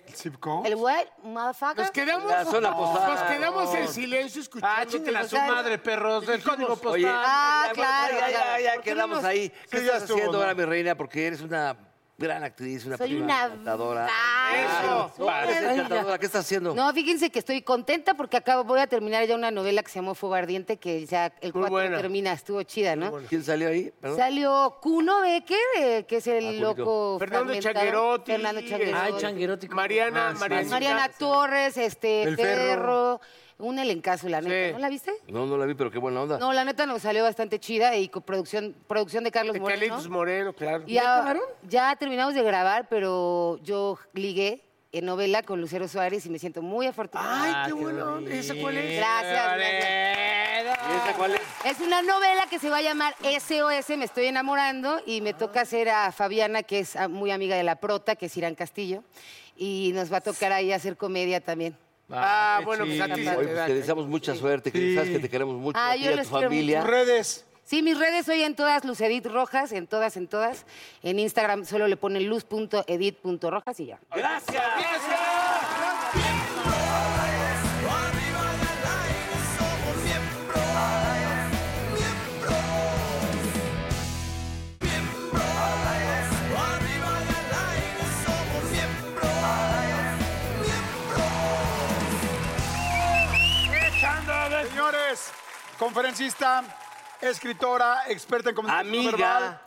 Speaker 5: ¿El zip code?
Speaker 6: El what, motherfucker.
Speaker 3: Nos quedamos,
Speaker 4: La zona posada.
Speaker 3: nos quedamos en silencio escuchando.
Speaker 2: Ah, chingue a su
Speaker 6: postal.
Speaker 2: madre, perros, del código postal.
Speaker 4: Oye,
Speaker 6: Ah,
Speaker 4: ya,
Speaker 6: claro,
Speaker 4: Ya, ya,
Speaker 6: claro.
Speaker 4: ya,
Speaker 6: ¿Por qué no
Speaker 4: quedamos
Speaker 6: nos-
Speaker 4: ahí. ¿Qué
Speaker 5: Sí, ya
Speaker 4: estás
Speaker 5: estuvo,
Speaker 4: haciendo
Speaker 5: ¿no?
Speaker 4: ahora, mi reina? Porque eres una gran actriz, una
Speaker 6: Soy
Speaker 4: prima
Speaker 6: una
Speaker 4: encantadora.
Speaker 6: Eso.
Speaker 4: No, eres encantadora. ¿Qué estás haciendo?
Speaker 6: No, fíjense que estoy contenta porque acabo, voy a terminar ya una novela que se llamó Fuego Ardiente, que ya el
Speaker 3: Muy
Speaker 6: 4
Speaker 3: buena.
Speaker 6: termina, estuvo chida, ¿no?
Speaker 4: ¿Quién salió ahí? Perdón.
Speaker 6: Salió Kuno Becker, eh, que es el
Speaker 4: Ah, Kunito.
Speaker 6: loco.
Speaker 3: Fernando
Speaker 6: fragmentado.
Speaker 3: Changuerotti, eh,
Speaker 6: Fernando Changuerotti.
Speaker 8: Ay, changuerote.
Speaker 3: Mariana,
Speaker 8: Ah, sí.
Speaker 3: Mariana.
Speaker 6: Mariana Torres, este,
Speaker 2: El Ferro.
Speaker 6: Ferro. Un elencazo, la neta.
Speaker 3: Sí.
Speaker 6: ¿No la viste?
Speaker 4: No, no la vi, pero qué buena onda.
Speaker 6: No, la neta nos salió bastante chida y con producción, producción de Carlos
Speaker 3: De
Speaker 6: Moreno.
Speaker 3: Carlitos Moreno, claro.
Speaker 6: Y a- Ya terminamos de grabar, pero yo ligué en novela con Lucero Suárez y me siento muy afortunada.
Speaker 3: Ay, qué bueno. ¿Esa cuál es?
Speaker 6: Gracias, gracias.
Speaker 4: ¿Y esa cuál es?
Speaker 6: Es una novela que se va a llamar SOS, me estoy enamorando, y me toca hacer a Fabiana, que es ah, muy amiga de la prota, que es Irán Castillo, y nos va a tocar ahí hacer comedia también.
Speaker 3: Ah, bueno, pues a ti
Speaker 4: Oye,
Speaker 3: se te
Speaker 4: pues
Speaker 3: da.
Speaker 4: te deseamos mucha suerte, que sabes que te queremos mucho
Speaker 6: Ah,
Speaker 4: a ti y
Speaker 6: yo
Speaker 4: a
Speaker 6: los
Speaker 4: tu
Speaker 6: quiero
Speaker 4: familia.
Speaker 5: Redes.
Speaker 6: Sí, mis redes soy en todas Luz Edith Rojas, en todas, en todas. En Instagram solo le ponen luz.edit.rojas y ya.
Speaker 5: Señores, conferencista, escritora, experta en comunicación
Speaker 4: Amiga.
Speaker 5: verbal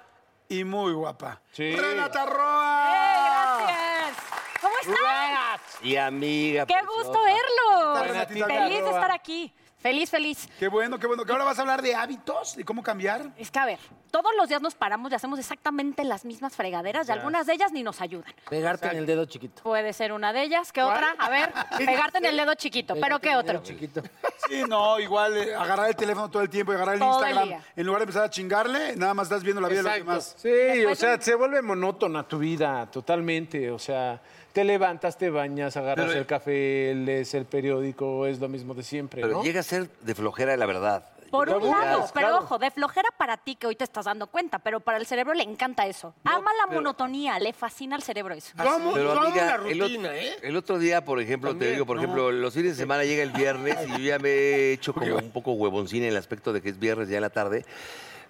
Speaker 5: y muy guapa.
Speaker 2: Sí.
Speaker 5: Renata Roa.
Speaker 10: Gracias. ¿Cómo están?
Speaker 4: Y amiga.
Speaker 10: Qué
Speaker 4: preciosa.
Speaker 10: gusto verlos.
Speaker 5: Renatita
Speaker 10: Feliz de
Speaker 5: Figueroa.
Speaker 10: estar aquí. Feliz, feliz.
Speaker 5: Qué bueno, qué bueno. Que ahora vas a hablar de hábitos, de cómo cambiar.
Speaker 10: Es que, a ver, todos los días nos paramos y hacemos exactamente las mismas fregaderas y algunas de ellas ni nos ayudan.
Speaker 8: Pegarte en el dedo chiquito.
Speaker 10: Puede ser una de ellas, ¿qué otra? A ver, pegarte en el dedo chiquito, pero
Speaker 8: Pegarte
Speaker 10: ¿qué
Speaker 8: en el dedo
Speaker 10: otro?
Speaker 8: Chiquito.
Speaker 5: Sí, no, igual eh, agarrar el teléfono todo el tiempo y agarrar el
Speaker 10: Todo el
Speaker 5: Instagram.
Speaker 10: día.
Speaker 5: en lugar de empezar a chingarle, nada más estás viendo la vida de los demás.
Speaker 2: Sí, o sea, se vuelve monótona tu vida, totalmente. O sea, te levantas, te bañas, agarras el café, lees el periódico, es lo mismo de siempre,
Speaker 4: Pero
Speaker 2: ¿no?
Speaker 4: llega a ser de flojera, la verdad.
Speaker 10: Por
Speaker 4: Yo
Speaker 10: un
Speaker 4: creo que
Speaker 10: lado,
Speaker 4: es-
Speaker 10: pero
Speaker 2: claro.
Speaker 10: ojo, de flojera para ti que hoy te estás dando cuenta, pero para el cerebro le encanta eso. Ama la monotonía, le fascina al cerebro eso.
Speaker 3: Yo amo,
Speaker 4: Pero,
Speaker 3: yo amo
Speaker 4: amiga,
Speaker 3: la
Speaker 4: el, otro,
Speaker 3: rutina, ¿eh?
Speaker 4: el otro día, por ejemplo, te digo, por ejemplo, los fines de semana llega el viernes y yo ya me he hecho como un poco huevoncín en el aspecto de que es viernes ya en la tarde,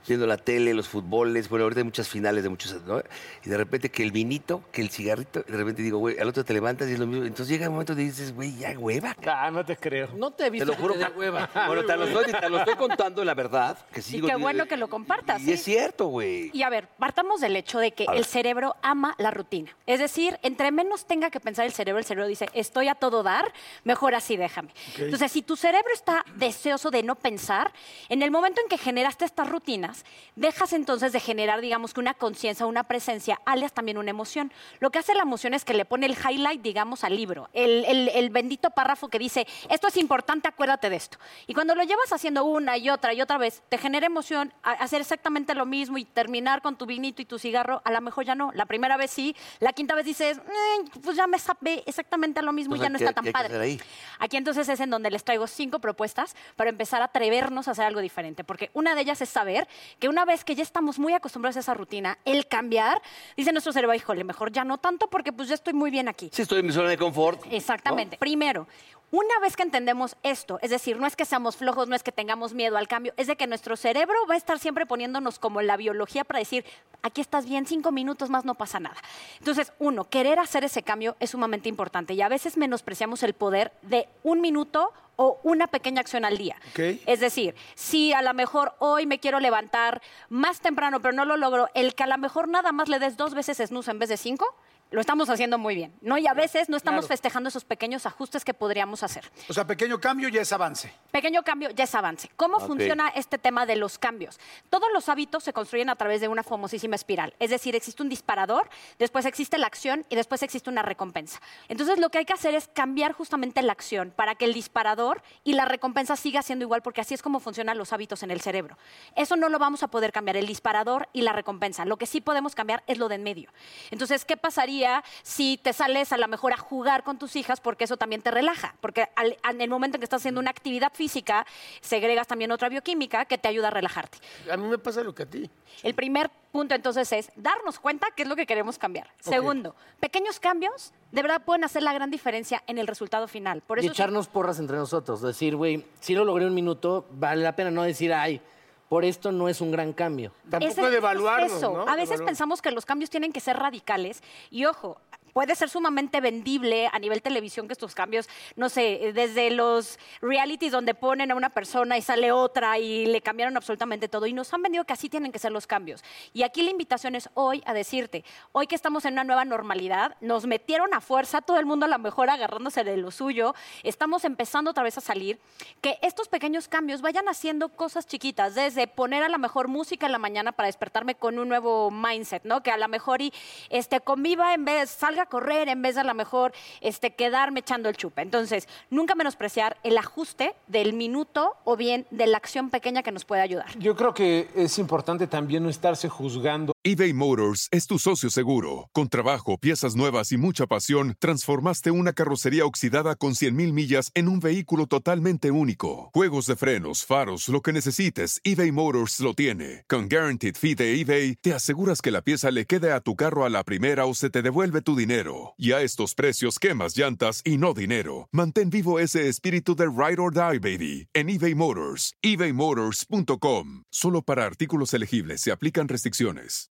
Speaker 4: viendo la tele, los futboles, bueno, ahorita hay muchas finales de muchos, ¿no? Y de repente que el vinito, que el cigarrito, y de repente digo, güey, al otro te levantas y es lo mismo. Entonces llega un momento y dices, güey, ya hueva, cabrón.
Speaker 2: Ah, no te creo.
Speaker 8: No te he
Speaker 4: Te
Speaker 8: visto
Speaker 4: lo juro.
Speaker 8: que te dé hueva.
Speaker 4: Bueno, te lo, estoy, te lo estoy contando, la verdad. Que sí,
Speaker 10: Y
Speaker 4: digo,
Speaker 10: qué
Speaker 4: digo,
Speaker 10: bueno que lo compartas,
Speaker 4: Y
Speaker 10: sí.
Speaker 4: es cierto, güey.
Speaker 10: Y a ver, partamos del hecho de que
Speaker 4: A ver.
Speaker 10: el cerebro ama la rutina. Es decir, entre menos tenga que pensar el cerebro, el cerebro dice, estoy a todo dar, mejor así déjame. Entonces, si tu cerebro está deseoso de no pensar, en el momento en que generaste esta rutina, disciplinas, dejas entonces de generar, digamos, que una conciencia, una presencia, alias también una emoción. Lo que hace la emoción es que le pone el highlight, digamos, al libro, el, el- el bendito párrafo que dice, esto es importante, acuérdate de esto. Y cuando lo llevas haciendo una y otra y otra vez, te genera emoción a- hacer exactamente lo mismo y terminar con tu vinito y tu cigarro, a lo mejor ya no. La primera vez sí, la quinta vez dices, "Mm, pues ya me sabe exactamente a lo mismo y
Speaker 4: Entonces,
Speaker 10: ya no
Speaker 4: ¿qué-
Speaker 10: está tan
Speaker 4: qué hay que
Speaker 10: padre.
Speaker 4: hacer ahí?
Speaker 10: Aquí entonces es en donde les traigo cinco propuestas para empezar a atrevernos a hacer algo diferente, porque una de ellas es saber que una vez que ya estamos muy acostumbrados a esa rutina, el cambiar, dice nuestro cerebro, híjole, mejor ya no tanto porque pues ya estoy muy bien aquí.
Speaker 4: Sí, estoy en mi zona de confort.
Speaker 10: Exactamente. Primero, una vez que entendemos esto, es decir, no es que seamos flojos, no es que tengamos miedo al cambio, es de que nuestro cerebro va a estar siempre poniéndonos como la biología para decir, aquí estás bien, cinco minutos más no pasa nada. Entonces, uno, querer hacer ese cambio es sumamente importante y a veces menospreciamos el poder de un minuto o una pequeña acción al día.
Speaker 1: Ok.
Speaker 10: Es decir, si a lo mejor hoy me quiero levantar más temprano, pero no lo logro, el que a lo mejor nada más le des dos veces snooze en vez de cinco, lo estamos haciendo muy bien, ¿no? Y a veces no estamos
Speaker 11: Claro.
Speaker 10: festejando esos pequeños ajustes que podríamos hacer.
Speaker 11: O sea, pequeño cambio ya es avance.
Speaker 10: Pequeño cambio ya es avance. ¿Cómo
Speaker 11: Ok.
Speaker 10: funciona este tema de los cambios? Todos los hábitos se construyen a través de una famosísima espiral. Es decir, existe un disparador, después existe la acción y después existe una recompensa. Entonces, lo que hay que hacer es cambiar justamente la acción para que el disparador y la recompensa siga siendo igual, porque así es como funcionan los hábitos en el cerebro. Eso no lo vamos a poder cambiar, el disparador y la recompensa. Lo que sí podemos cambiar es lo de en medio. Entonces, ¿qué pasaría si te sales a la mejor a jugar con tus hijas? Porque eso también te relaja. Porque al- en el momento en que estás haciendo una actividad física, segregas también otra bioquímica que te ayuda a relajarte.
Speaker 3: A mí me pasa lo que a ti.
Speaker 10: El primer punto entonces es darnos cuenta qué es lo que queremos cambiar.
Speaker 3: Ok.
Speaker 10: Segundo, pequeños cambios de verdad pueden hacer la gran diferencia en el resultado final. Por
Speaker 8: y
Speaker 10: eso
Speaker 8: echarnos porras entre nosotros. Decir, güey, si lo logré un minuto, vale la pena no decir, ay, por esto no es un gran cambio.
Speaker 10: Ese- es eso. A veces pensamos que los cambios tienen que ser radicales y ojo, puede ser sumamente vendible a nivel televisión que estos cambios, no sé, eh, desde los realities donde ponen a una persona y sale otra y le cambiaron absolutamente todo y nos han vendido que así tienen que ser los cambios. Y aquí la invitación es hoy a decirte, hoy que estamos en una nueva normalidad, nos metieron a fuerza, todo el mundo a lo mejor agarrándose de lo suyo, estamos empezando otra vez a salir, que estos pequeños cambios vayan haciendo cosas chiquitas, desde poner a la mejor música en la mañana para despertarme con un nuevo mindset, ¿no? Que a lo mejor y este conviva en vez, salga a correr en vez de a lo mejor este quedarme echando el chupe. Entonces, nunca menospreciar el ajuste del minuto o bien de la acción pequeña que nos puede ayudar.
Speaker 2: Yo creo que es importante también no estarse juzgando.
Speaker 12: eBay Motors es tu socio seguro. Con trabajo, piezas nuevas y mucha pasión, transformaste una carrocería oxidada con 100.000 millas en un vehículo totalmente único. Juegos de frenos, faros, lo que necesites, eBay Motors lo tiene. Con Guaranteed Fee de eBay, te aseguras que la pieza le quede a tu carro a la primera o se te devuelve tu dinero. Y a estos precios, quemas llantas y no dinero. Mantén vivo ese espíritu de Ride or Die, baby, en eBay Motors. ebaymotors.com. Solo para artículos elegibles se aplican restricciones.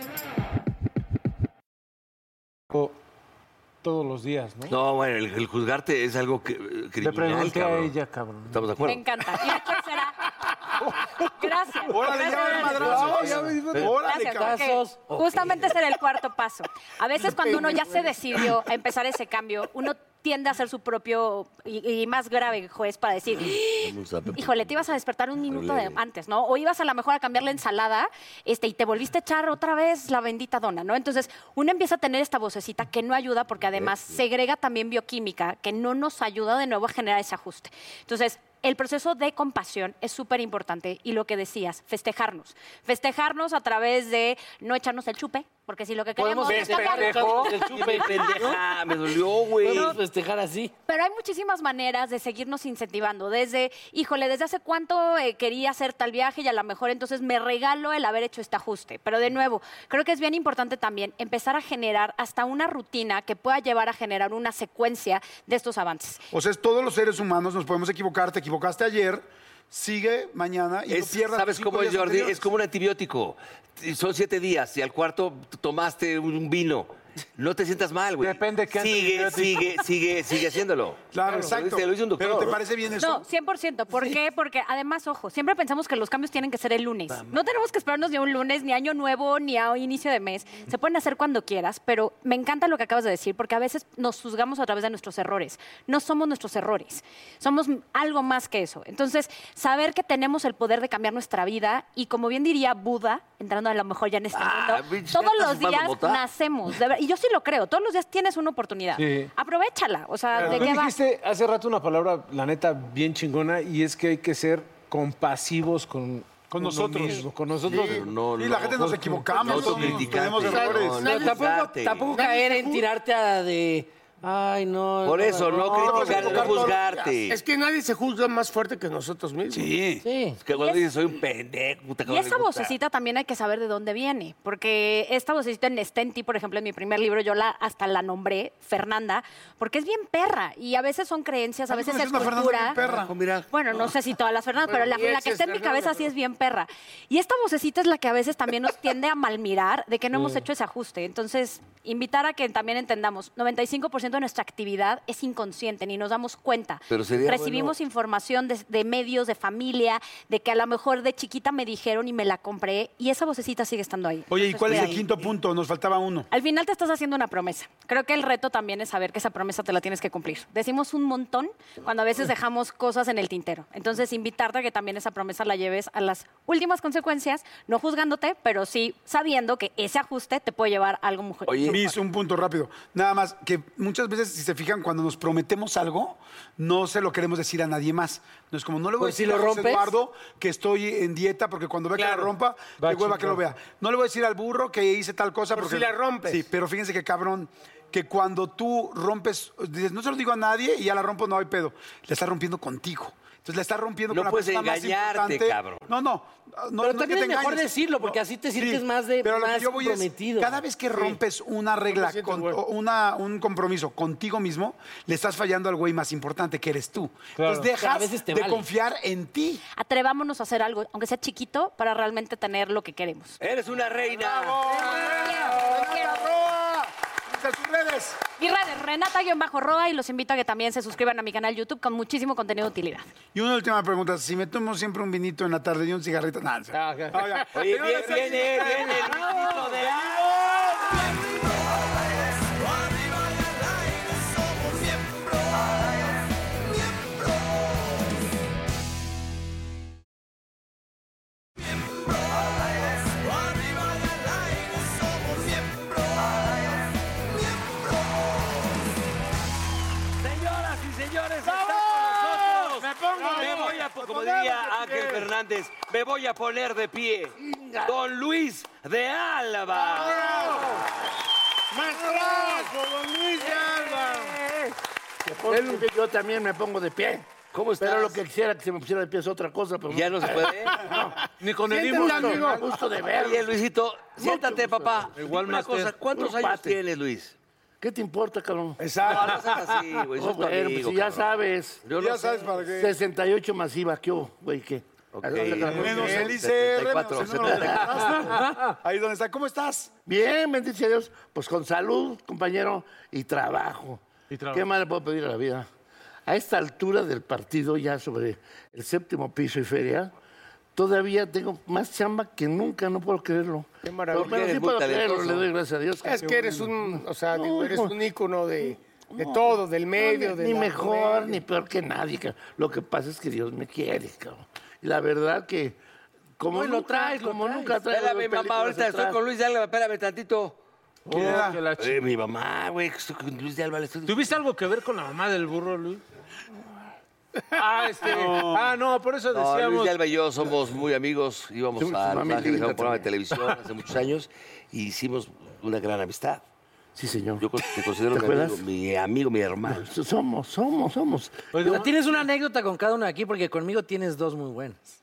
Speaker 2: Todos los días, ¿no?
Speaker 4: No, bueno, el, el juzgarte es algo que, eh, criminal,
Speaker 2: Le pregunté a
Speaker 4: cabrón.
Speaker 2: ella, cabrón.
Speaker 4: ¿Estamos de
Speaker 10: Me
Speaker 4: acuerdo?
Speaker 10: encanta. Y aquí será. Gracias.
Speaker 1: Órale, ya,
Speaker 10: Gracias.
Speaker 1: madrazo.
Speaker 10: Gracias.
Speaker 1: Ya me dijo,
Speaker 10: Gracias,
Speaker 1: órale,
Speaker 10: porque
Speaker 1: cabazos.
Speaker 10: Justamente ese era el cuarto paso. A veces cuando uno ya se decidió a empezar ese cambio, uno tiende a hacer su propio y, y más grave juez para decir, híjole, te ibas a despertar un minuto de- antes, ¿no? O ibas a lo mejor a cambiar la ensalada este, y te volviste a echar otra vez la bendita dona, ¿no? Entonces, uno empieza a tener esta vocecita que no ayuda porque además segrega también bioquímica que no nos ayuda de nuevo a generar ese ajuste. Entonces, el proceso de compasión es súper importante y lo que decías, festejarnos. Festejarnos a través de no echarnos el chupe, porque si lo que queremos
Speaker 8: Podemos
Speaker 10: es
Speaker 8: festejar
Speaker 10: cambiar-
Speaker 8: el chupe.
Speaker 4: pendeja, me dolió, güey.
Speaker 8: Podemos festejar así.
Speaker 10: pero hay muchísimas maneras de seguirnos incentivando. Desde, híjole, desde hace cuánto eh, quería hacer tal viaje y a lo mejor entonces me regalo el haber hecho este ajuste. Pero de nuevo, creo que es bien importante también empezar a generar hasta una rutina que pueda llevar a generar una secuencia de estos avances.
Speaker 11: O sea, es todos los seres humanos nos podemos equivocar. Te equivocaste ayer.
Speaker 5: sigue mañana y
Speaker 4: Es-
Speaker 5: no pierdas
Speaker 4: ¿Sabes
Speaker 5: cinco
Speaker 4: cómo es,
Speaker 5: días
Speaker 4: Jordi?
Speaker 5: anteriores.
Speaker 4: Es como un antibiótico. Y Son siete días y al cuarto t- tomaste un un vino. No te sientas mal, güey. Depende qué Sigue, sigue,
Speaker 10: antibiótico.
Speaker 4: sigue, sigue haciéndolo.
Speaker 5: Claro,
Speaker 4: Lo
Speaker 5: exacto.
Speaker 4: dice- Lo dice un doctor.
Speaker 5: Pero ¿te parece bien
Speaker 10: No, pues, 100%. ¿Por qué? Porque además, ojo, siempre pensamos que los cambios tienen que ser el lunes. No tenemos que esperarnos ni a un lunes, ni a año nuevo, ni a inicio de mes. Se pueden hacer cuando quieras, pero me encanta lo que acabas de decir, porque a veces nos juzgamos a través de nuestros errores. No somos nuestros errores, somos m- algo más que eso. Entonces, saber que tenemos el poder de cambiar nuestra vida y como bien diría Buda, entrando a lo mejor ya en este mundo,
Speaker 4: bitch, Ah, ¿ya
Speaker 10: todos
Speaker 4: estás
Speaker 10: los
Speaker 4: fumando
Speaker 10: días
Speaker 4: mota?
Speaker 10: nacemos. de ver- y yo sí lo creo, todos los días tienes una oportunidad.
Speaker 2: Sí.
Speaker 10: Aprovechala, o sea, Ah, ¿de
Speaker 2: Tú
Speaker 10: qué vas?
Speaker 2: dijiste hace rato una palabra, la neta, bien chingona, y es que hay que ser compasivos con,
Speaker 13: Con
Speaker 2: uno
Speaker 13: nosotros.
Speaker 2: mismo, con nosotros.
Speaker 13: Sí. No, Sí, la no. gente nos equivocamos,
Speaker 2: No,
Speaker 13: autocriticarte, tenemos errores. no,
Speaker 8: No,
Speaker 13: no
Speaker 8: tampoco,
Speaker 13: juzgarte.
Speaker 8: tampoco
Speaker 13: Nadie
Speaker 8: caer
Speaker 13: te
Speaker 8: en
Speaker 13: juzga.
Speaker 8: tirarte a de. Ay, no.
Speaker 4: Por eso, no
Speaker 8: criticar,
Speaker 4: criticar, no juzgarte.
Speaker 3: Es que nadie se juzga más fuerte que nosotros mismos.
Speaker 4: Sí. Es que cuando dices, soy un pendejo, puta,
Speaker 10: Y
Speaker 4: ¿cómo le
Speaker 10: esa
Speaker 4: gusta?
Speaker 10: vocecita también hay que saber de dónde viene, porque esta vocecita en Stenti, por ejemplo, en mi primer libro, yo la hasta la nombré Fernanda, porque es bien perra y a veces son creencias, a
Speaker 5: mí
Speaker 10: veces es
Speaker 5: conocí una Fernanda
Speaker 10: cultura.
Speaker 5: bien perra. Ojo, mira.
Speaker 10: Bueno, no sé si todas las Fernandas,
Speaker 5: Bueno,
Speaker 10: pero la,
Speaker 5: mi ex
Speaker 10: la que
Speaker 5: es
Speaker 10: está en mi
Speaker 5: Fernanda,
Speaker 10: cabeza sí es bien perra. Y esta vocecita es la que a veces también nos tiende a malmirar de que no hemos
Speaker 14: Sí.
Speaker 10: hecho ese ajuste. Entonces, invitar a que también entendamos, 95% de nuestra actividad es inconsciente, ni nos damos cuenta.
Speaker 4: Pero sería
Speaker 10: Recibimos
Speaker 4: bueno-
Speaker 10: información de, de medios, de familia, de que a lo mejor de chiquita me dijeron y me la compré y esa vocecita sigue estando ahí. eh,
Speaker 5: Oye, ¿y
Speaker 10: Entonces,
Speaker 5: cuál es el
Speaker 10: cuidado.
Speaker 5: quinto punto? Nos faltaba uno.
Speaker 10: Al final te estás haciendo una promesa. Creo que el reto también es saber que esa promesa te la tienes que cumplir. Decimos un montón cuando a
Speaker 5: Mm.
Speaker 10: veces dejamos cosas en el tintero. Entonces, invitarte a que también esa promesa la lleves a las últimas consecuencias, no juzgándote, pero sí sabiendo que ese ajuste te puede llevar a algo mejor.
Speaker 5: Mis, un punto rápido. Nada más que muchas veces, si se fijan, cuando nos prometemos algo, no se lo queremos decir a nadie más. No es como, no le voy
Speaker 8: Por
Speaker 5: a decir
Speaker 8: si lo
Speaker 5: a José
Speaker 8: rompes.
Speaker 5: Eduardo que estoy en dieta porque cuando vea que la rompa,
Speaker 8: Va
Speaker 5: qué hueva
Speaker 8: chingar.
Speaker 5: que lo vea. No le voy a decir al burro que hice tal cosa
Speaker 3: Por
Speaker 5: porque.
Speaker 3: si la rompes.
Speaker 5: Sí, pero fíjense que cabrón, que cuando tú rompes, dices, no se lo digo a nadie y ya la rompo, no hay pedo. La estás rompiendo contigo. Entonces la estás rompiendo
Speaker 4: No
Speaker 5: con la
Speaker 4: puedes
Speaker 5: persona más
Speaker 4: engañarte,
Speaker 5: importante.
Speaker 4: cabrón.
Speaker 5: No, no. Ah, no
Speaker 8: Pero
Speaker 5: no
Speaker 8: también
Speaker 5: que
Speaker 8: es
Speaker 5: te
Speaker 8: mejor
Speaker 5: engañes.
Speaker 8: decirlo, porque así te sientes más de-
Speaker 5: pero a lo que
Speaker 8: más
Speaker 5: yo voy es,
Speaker 8: comprometido.
Speaker 5: cada vez que
Speaker 8: Sí.
Speaker 5: rompes una regla, con, o una, un compromiso contigo mismo, le estás fallando al güey más importante que eres tú. Entonces
Speaker 10: Pero a
Speaker 5: dejas
Speaker 10: veces te
Speaker 5: de
Speaker 10: vale.
Speaker 5: confiar en ti.
Speaker 10: Atrevámonos a hacer algo, aunque sea chiquito, para realmente tener lo que queremos.
Speaker 4: Eres una reina.
Speaker 5: redes.
Speaker 10: Y redes, Renata-Roa, y los invito a que también se suscriban a mi canal YouTube con muchísimo contenido de utilidad.
Speaker 5: Y una última pregunta, si me tomo siempre un vinito en la tarde y un cigarrito, nada, no sé. Ah,
Speaker 4: Oye,
Speaker 5: ya. Señoras,
Speaker 4: viene,
Speaker 5: señores,
Speaker 4: viene, viene Luisito de Señoras y señores, está con nosotros.
Speaker 1: Me pongo Pues
Speaker 4: me
Speaker 1: de pie.
Speaker 4: voy a, po-
Speaker 1: Me
Speaker 4: como
Speaker 1: pongo de
Speaker 4: diría Ángel
Speaker 1: pie.
Speaker 4: Fernández, me voy a poner de pie.
Speaker 1: Inga.
Speaker 4: Don Luis de Álava.
Speaker 3: ¡Maestrazo, don Luis de Alba! Me pongo de pie, Yo también me pongo de pie.
Speaker 4: ¿Cómo
Speaker 3: estás? Pero lo que quisiera que se me pusiera de pie es otra cosa. Pero
Speaker 4: Ya no se puede.
Speaker 3: Ni
Speaker 4: con el
Speaker 3: Siéntate,
Speaker 4: Ibu.
Speaker 3: amigo, gusto de ver.
Speaker 4: Oye, Luisito, siéntate, papá.
Speaker 3: Igual
Speaker 4: Una
Speaker 3: más
Speaker 4: cosa,
Speaker 3: te-
Speaker 4: ¿cuántos
Speaker 3: puro
Speaker 4: años
Speaker 3: pate.
Speaker 4: tienes, Luis?
Speaker 3: ¿Qué te importa, cabrón?
Speaker 4: Exacto. No, no seas así, güey, sos tu
Speaker 3: bueno,
Speaker 4: amigo,
Speaker 3: pues, ya
Speaker 4: cabrón.
Speaker 3: sabes.
Speaker 4: Yo lo Ya sé. sabes para qué.
Speaker 3: 68 masiva, ¿qué hubo, güey? ¿Qué?
Speaker 5: Menos el ICR, menos el número de la canasta. Ahí donde está, ¿cómo estás?
Speaker 3: Bien, bendito sea Dios. Pues con salud, compañero, y trabajo. ¿Qué más le puedo pedir a la vida? A esta altura del partido, ya sobre el séptimo piso y feria, todavía tengo más chamba que nunca, no puedo creerlo. Qué
Speaker 9: maravilla.
Speaker 3: Pero
Speaker 9: Eres
Speaker 3: sí
Speaker 9: muy
Speaker 3: puedo creerlo,
Speaker 9: talentoso.
Speaker 3: le doy gracias a Dios.
Speaker 9: Es que eres un, o sea, digo, eres un
Speaker 3: ícono de,
Speaker 9: de todo, del medio, de
Speaker 3: Ni
Speaker 9: la
Speaker 3: mejor,
Speaker 9: comedia.
Speaker 3: ni peor que nadie. cabrón. Lo que pasa es que Dios me quiere, cabrón. Y la verdad que, como
Speaker 4: Como
Speaker 3: lo traes, como nunca traes.
Speaker 4: Espérame, mamá, ahorita estoy con Luis de Álava, espérame tantito.
Speaker 3: ¿Quién era?
Speaker 4: Eh, mi mamá, güey, que estoy con Luis de Álava. le estoy-
Speaker 2: ¿Tuviste algo que ver con la mamá del burro, Luis? Ah, este. Ah, no, por eso
Speaker 4: No, Luis
Speaker 2: decíamos.
Speaker 4: de Alba y yo somos muy amigos. Íbamos
Speaker 2: Somos
Speaker 4: a Los
Speaker 2: tu mami
Speaker 4: Ángeles a
Speaker 2: linda
Speaker 4: un programa de
Speaker 2: también.
Speaker 4: televisión hace muchos años y hicimos una gran amistad.
Speaker 3: Sí, señor.
Speaker 4: Yo con- te considero
Speaker 3: ¿Te
Speaker 4: mi amigo,
Speaker 3: acuerdas?
Speaker 4: mi amigo, mi hermano.
Speaker 3: Somos, somos, somos.
Speaker 4: Pues
Speaker 8: O sea, tienes una anécdota con cada uno aquí, porque conmigo tienes dos muy buenas.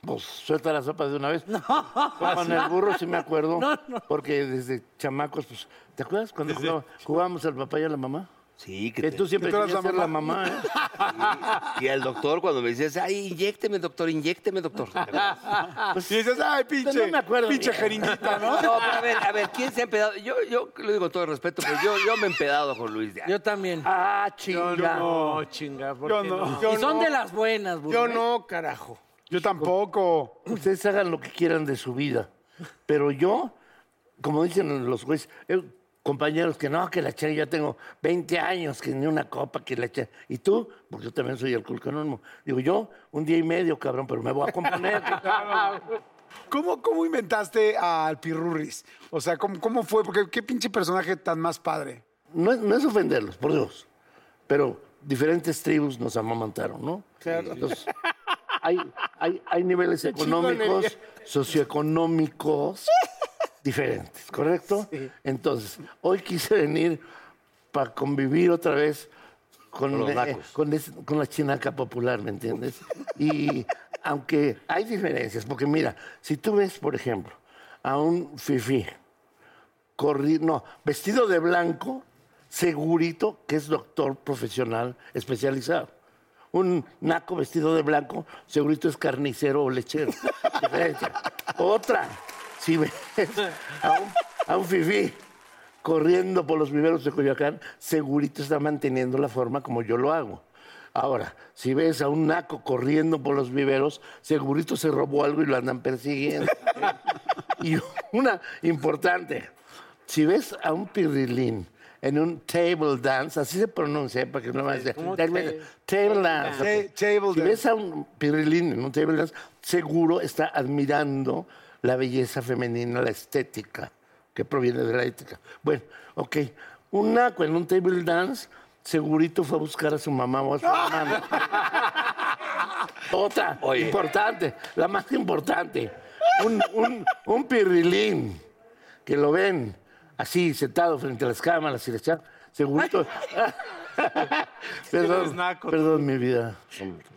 Speaker 3: Pues suelta la sopa de una vez. No. Con el burro sí me acuerdo. Porque desde chamacos, pues, ¿te acuerdas cuando jugaba- jugábamos al papá y a la mamá?
Speaker 4: Sí,
Speaker 3: Que tú siempre
Speaker 4: eres
Speaker 3: querías ser la mamá, ¿eh?
Speaker 4: Y al doctor cuando me dices, ay, inyécteme, doctor, inyécteme, doctor.
Speaker 3: Pues, y dices, ay,
Speaker 4: pinche-
Speaker 3: No me acuerdo.
Speaker 4: pinche
Speaker 3: jeringuita,
Speaker 4: No, pero a ver, a ver, ¿quién se ha empedado? Yo, yo lo digo con todo respeto, pero yo, yo me he empedado con Luis de Anda.
Speaker 8: Yo también.
Speaker 3: Ah,
Speaker 8: chinga.
Speaker 2: No, chinga, ¿por
Speaker 8: Yo
Speaker 2: qué
Speaker 8: no.
Speaker 2: no?
Speaker 8: Y son de las buenas, ¿eh?
Speaker 3: Yo
Speaker 8: no,
Speaker 3: carajo.
Speaker 5: Yo tampoco.
Speaker 3: Ustedes hagan lo que quieran de su vida. Pero yo, como dicen los jueces, eh, compañeros, que no, que la chela, ya tengo 20 años, que ni una copa, que la chela. ¿Y tú? Porque yo también soy alcohólico anónimo. Digo, yo, un día y medio, cabrón, pero me voy a componer.
Speaker 11: ¿Cómo, ¿Cómo inventaste al Pirurris? O sea, ¿cómo, cómo fue? Porque qué pinche personaje tan más padre.
Speaker 3: No, es- no es ofenderlos, por Dios. Pero diferentes tribus nos amamantaron, ¿no?
Speaker 11: Claro.
Speaker 3: Entonces, hay, hay- hay niveles
Speaker 11: Qué
Speaker 3: económicos,
Speaker 11: chingonería.
Speaker 3: socioeconómicos diferentes, ¿correcto? Entonces, hoy quise venir para convivir otra vez con,
Speaker 4: Con los
Speaker 3: eh,
Speaker 4: nacos.
Speaker 3: con es- con la chinaca popular, ¿me entiendes? Y aunque hay diferencias, porque mira, si tú ves, por ejemplo, a un fifí corri- no, vestido de blanco, segurito que es doctor profesional especializado. Un naco vestido de blanco, segurito es carnicero o lechero. Diferencia. Otra, si ves a un, a un fifí corriendo por los viveros de Coyoacán, segurito está manteniendo la forma como yo lo hago. Ahora, si ves a un naco corriendo por los viveros, segurito se robó algo y lo andan persiguiendo. Y una importante, si ves a un pirrilín en un table dance, así se pronuncia, ¿eh? para que no me vaya-
Speaker 11: ¿Cómo
Speaker 3: Table,
Speaker 11: te-
Speaker 3: table dance.
Speaker 11: Ta-
Speaker 3: ok.
Speaker 11: table
Speaker 3: si
Speaker 11: dance.
Speaker 3: ves a un pirrilín en un table dance, seguro está admirando la belleza femenina, la estética, que proviene de la ética. Bueno, ok. Un naco en un table dance, segurito fue a buscar a su mamá o a su hermano. Otra importante, la más importante. Un, un- un pirrilín que lo ven así sentado frente a las cámaras y le echan segurito.
Speaker 11: eres
Speaker 3: perdón,
Speaker 11: naco,
Speaker 3: perdón, mi vida.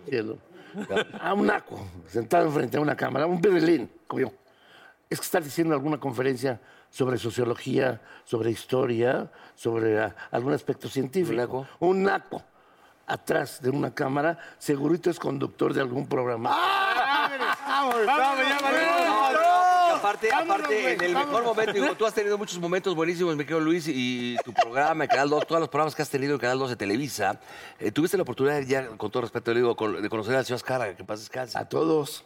Speaker 3: Cielo. A un naco sentado frente a una cámara, un pirrilín como yo. Es que está diciendo alguna conferencia sobre sociología, sobre historia, sobre ah, algún aspecto científico. Un naco atrás de una cámara, segurito es conductor de algún programa.
Speaker 4: Vamos,
Speaker 1: ya valemos.
Speaker 4: Aparte, aparte, en el mejor momento, digo, tú has tenido muchos momentos buenísimos, mi querido Luis, y tu programa, el Canal 2, todos los programas que has tenido en Canal 2 de Televisa, eh, tuviste la oportunidad ya, con todo respeto, le digo, con- de conocer al señor Azcárraga, que paz descanse.
Speaker 3: A todos.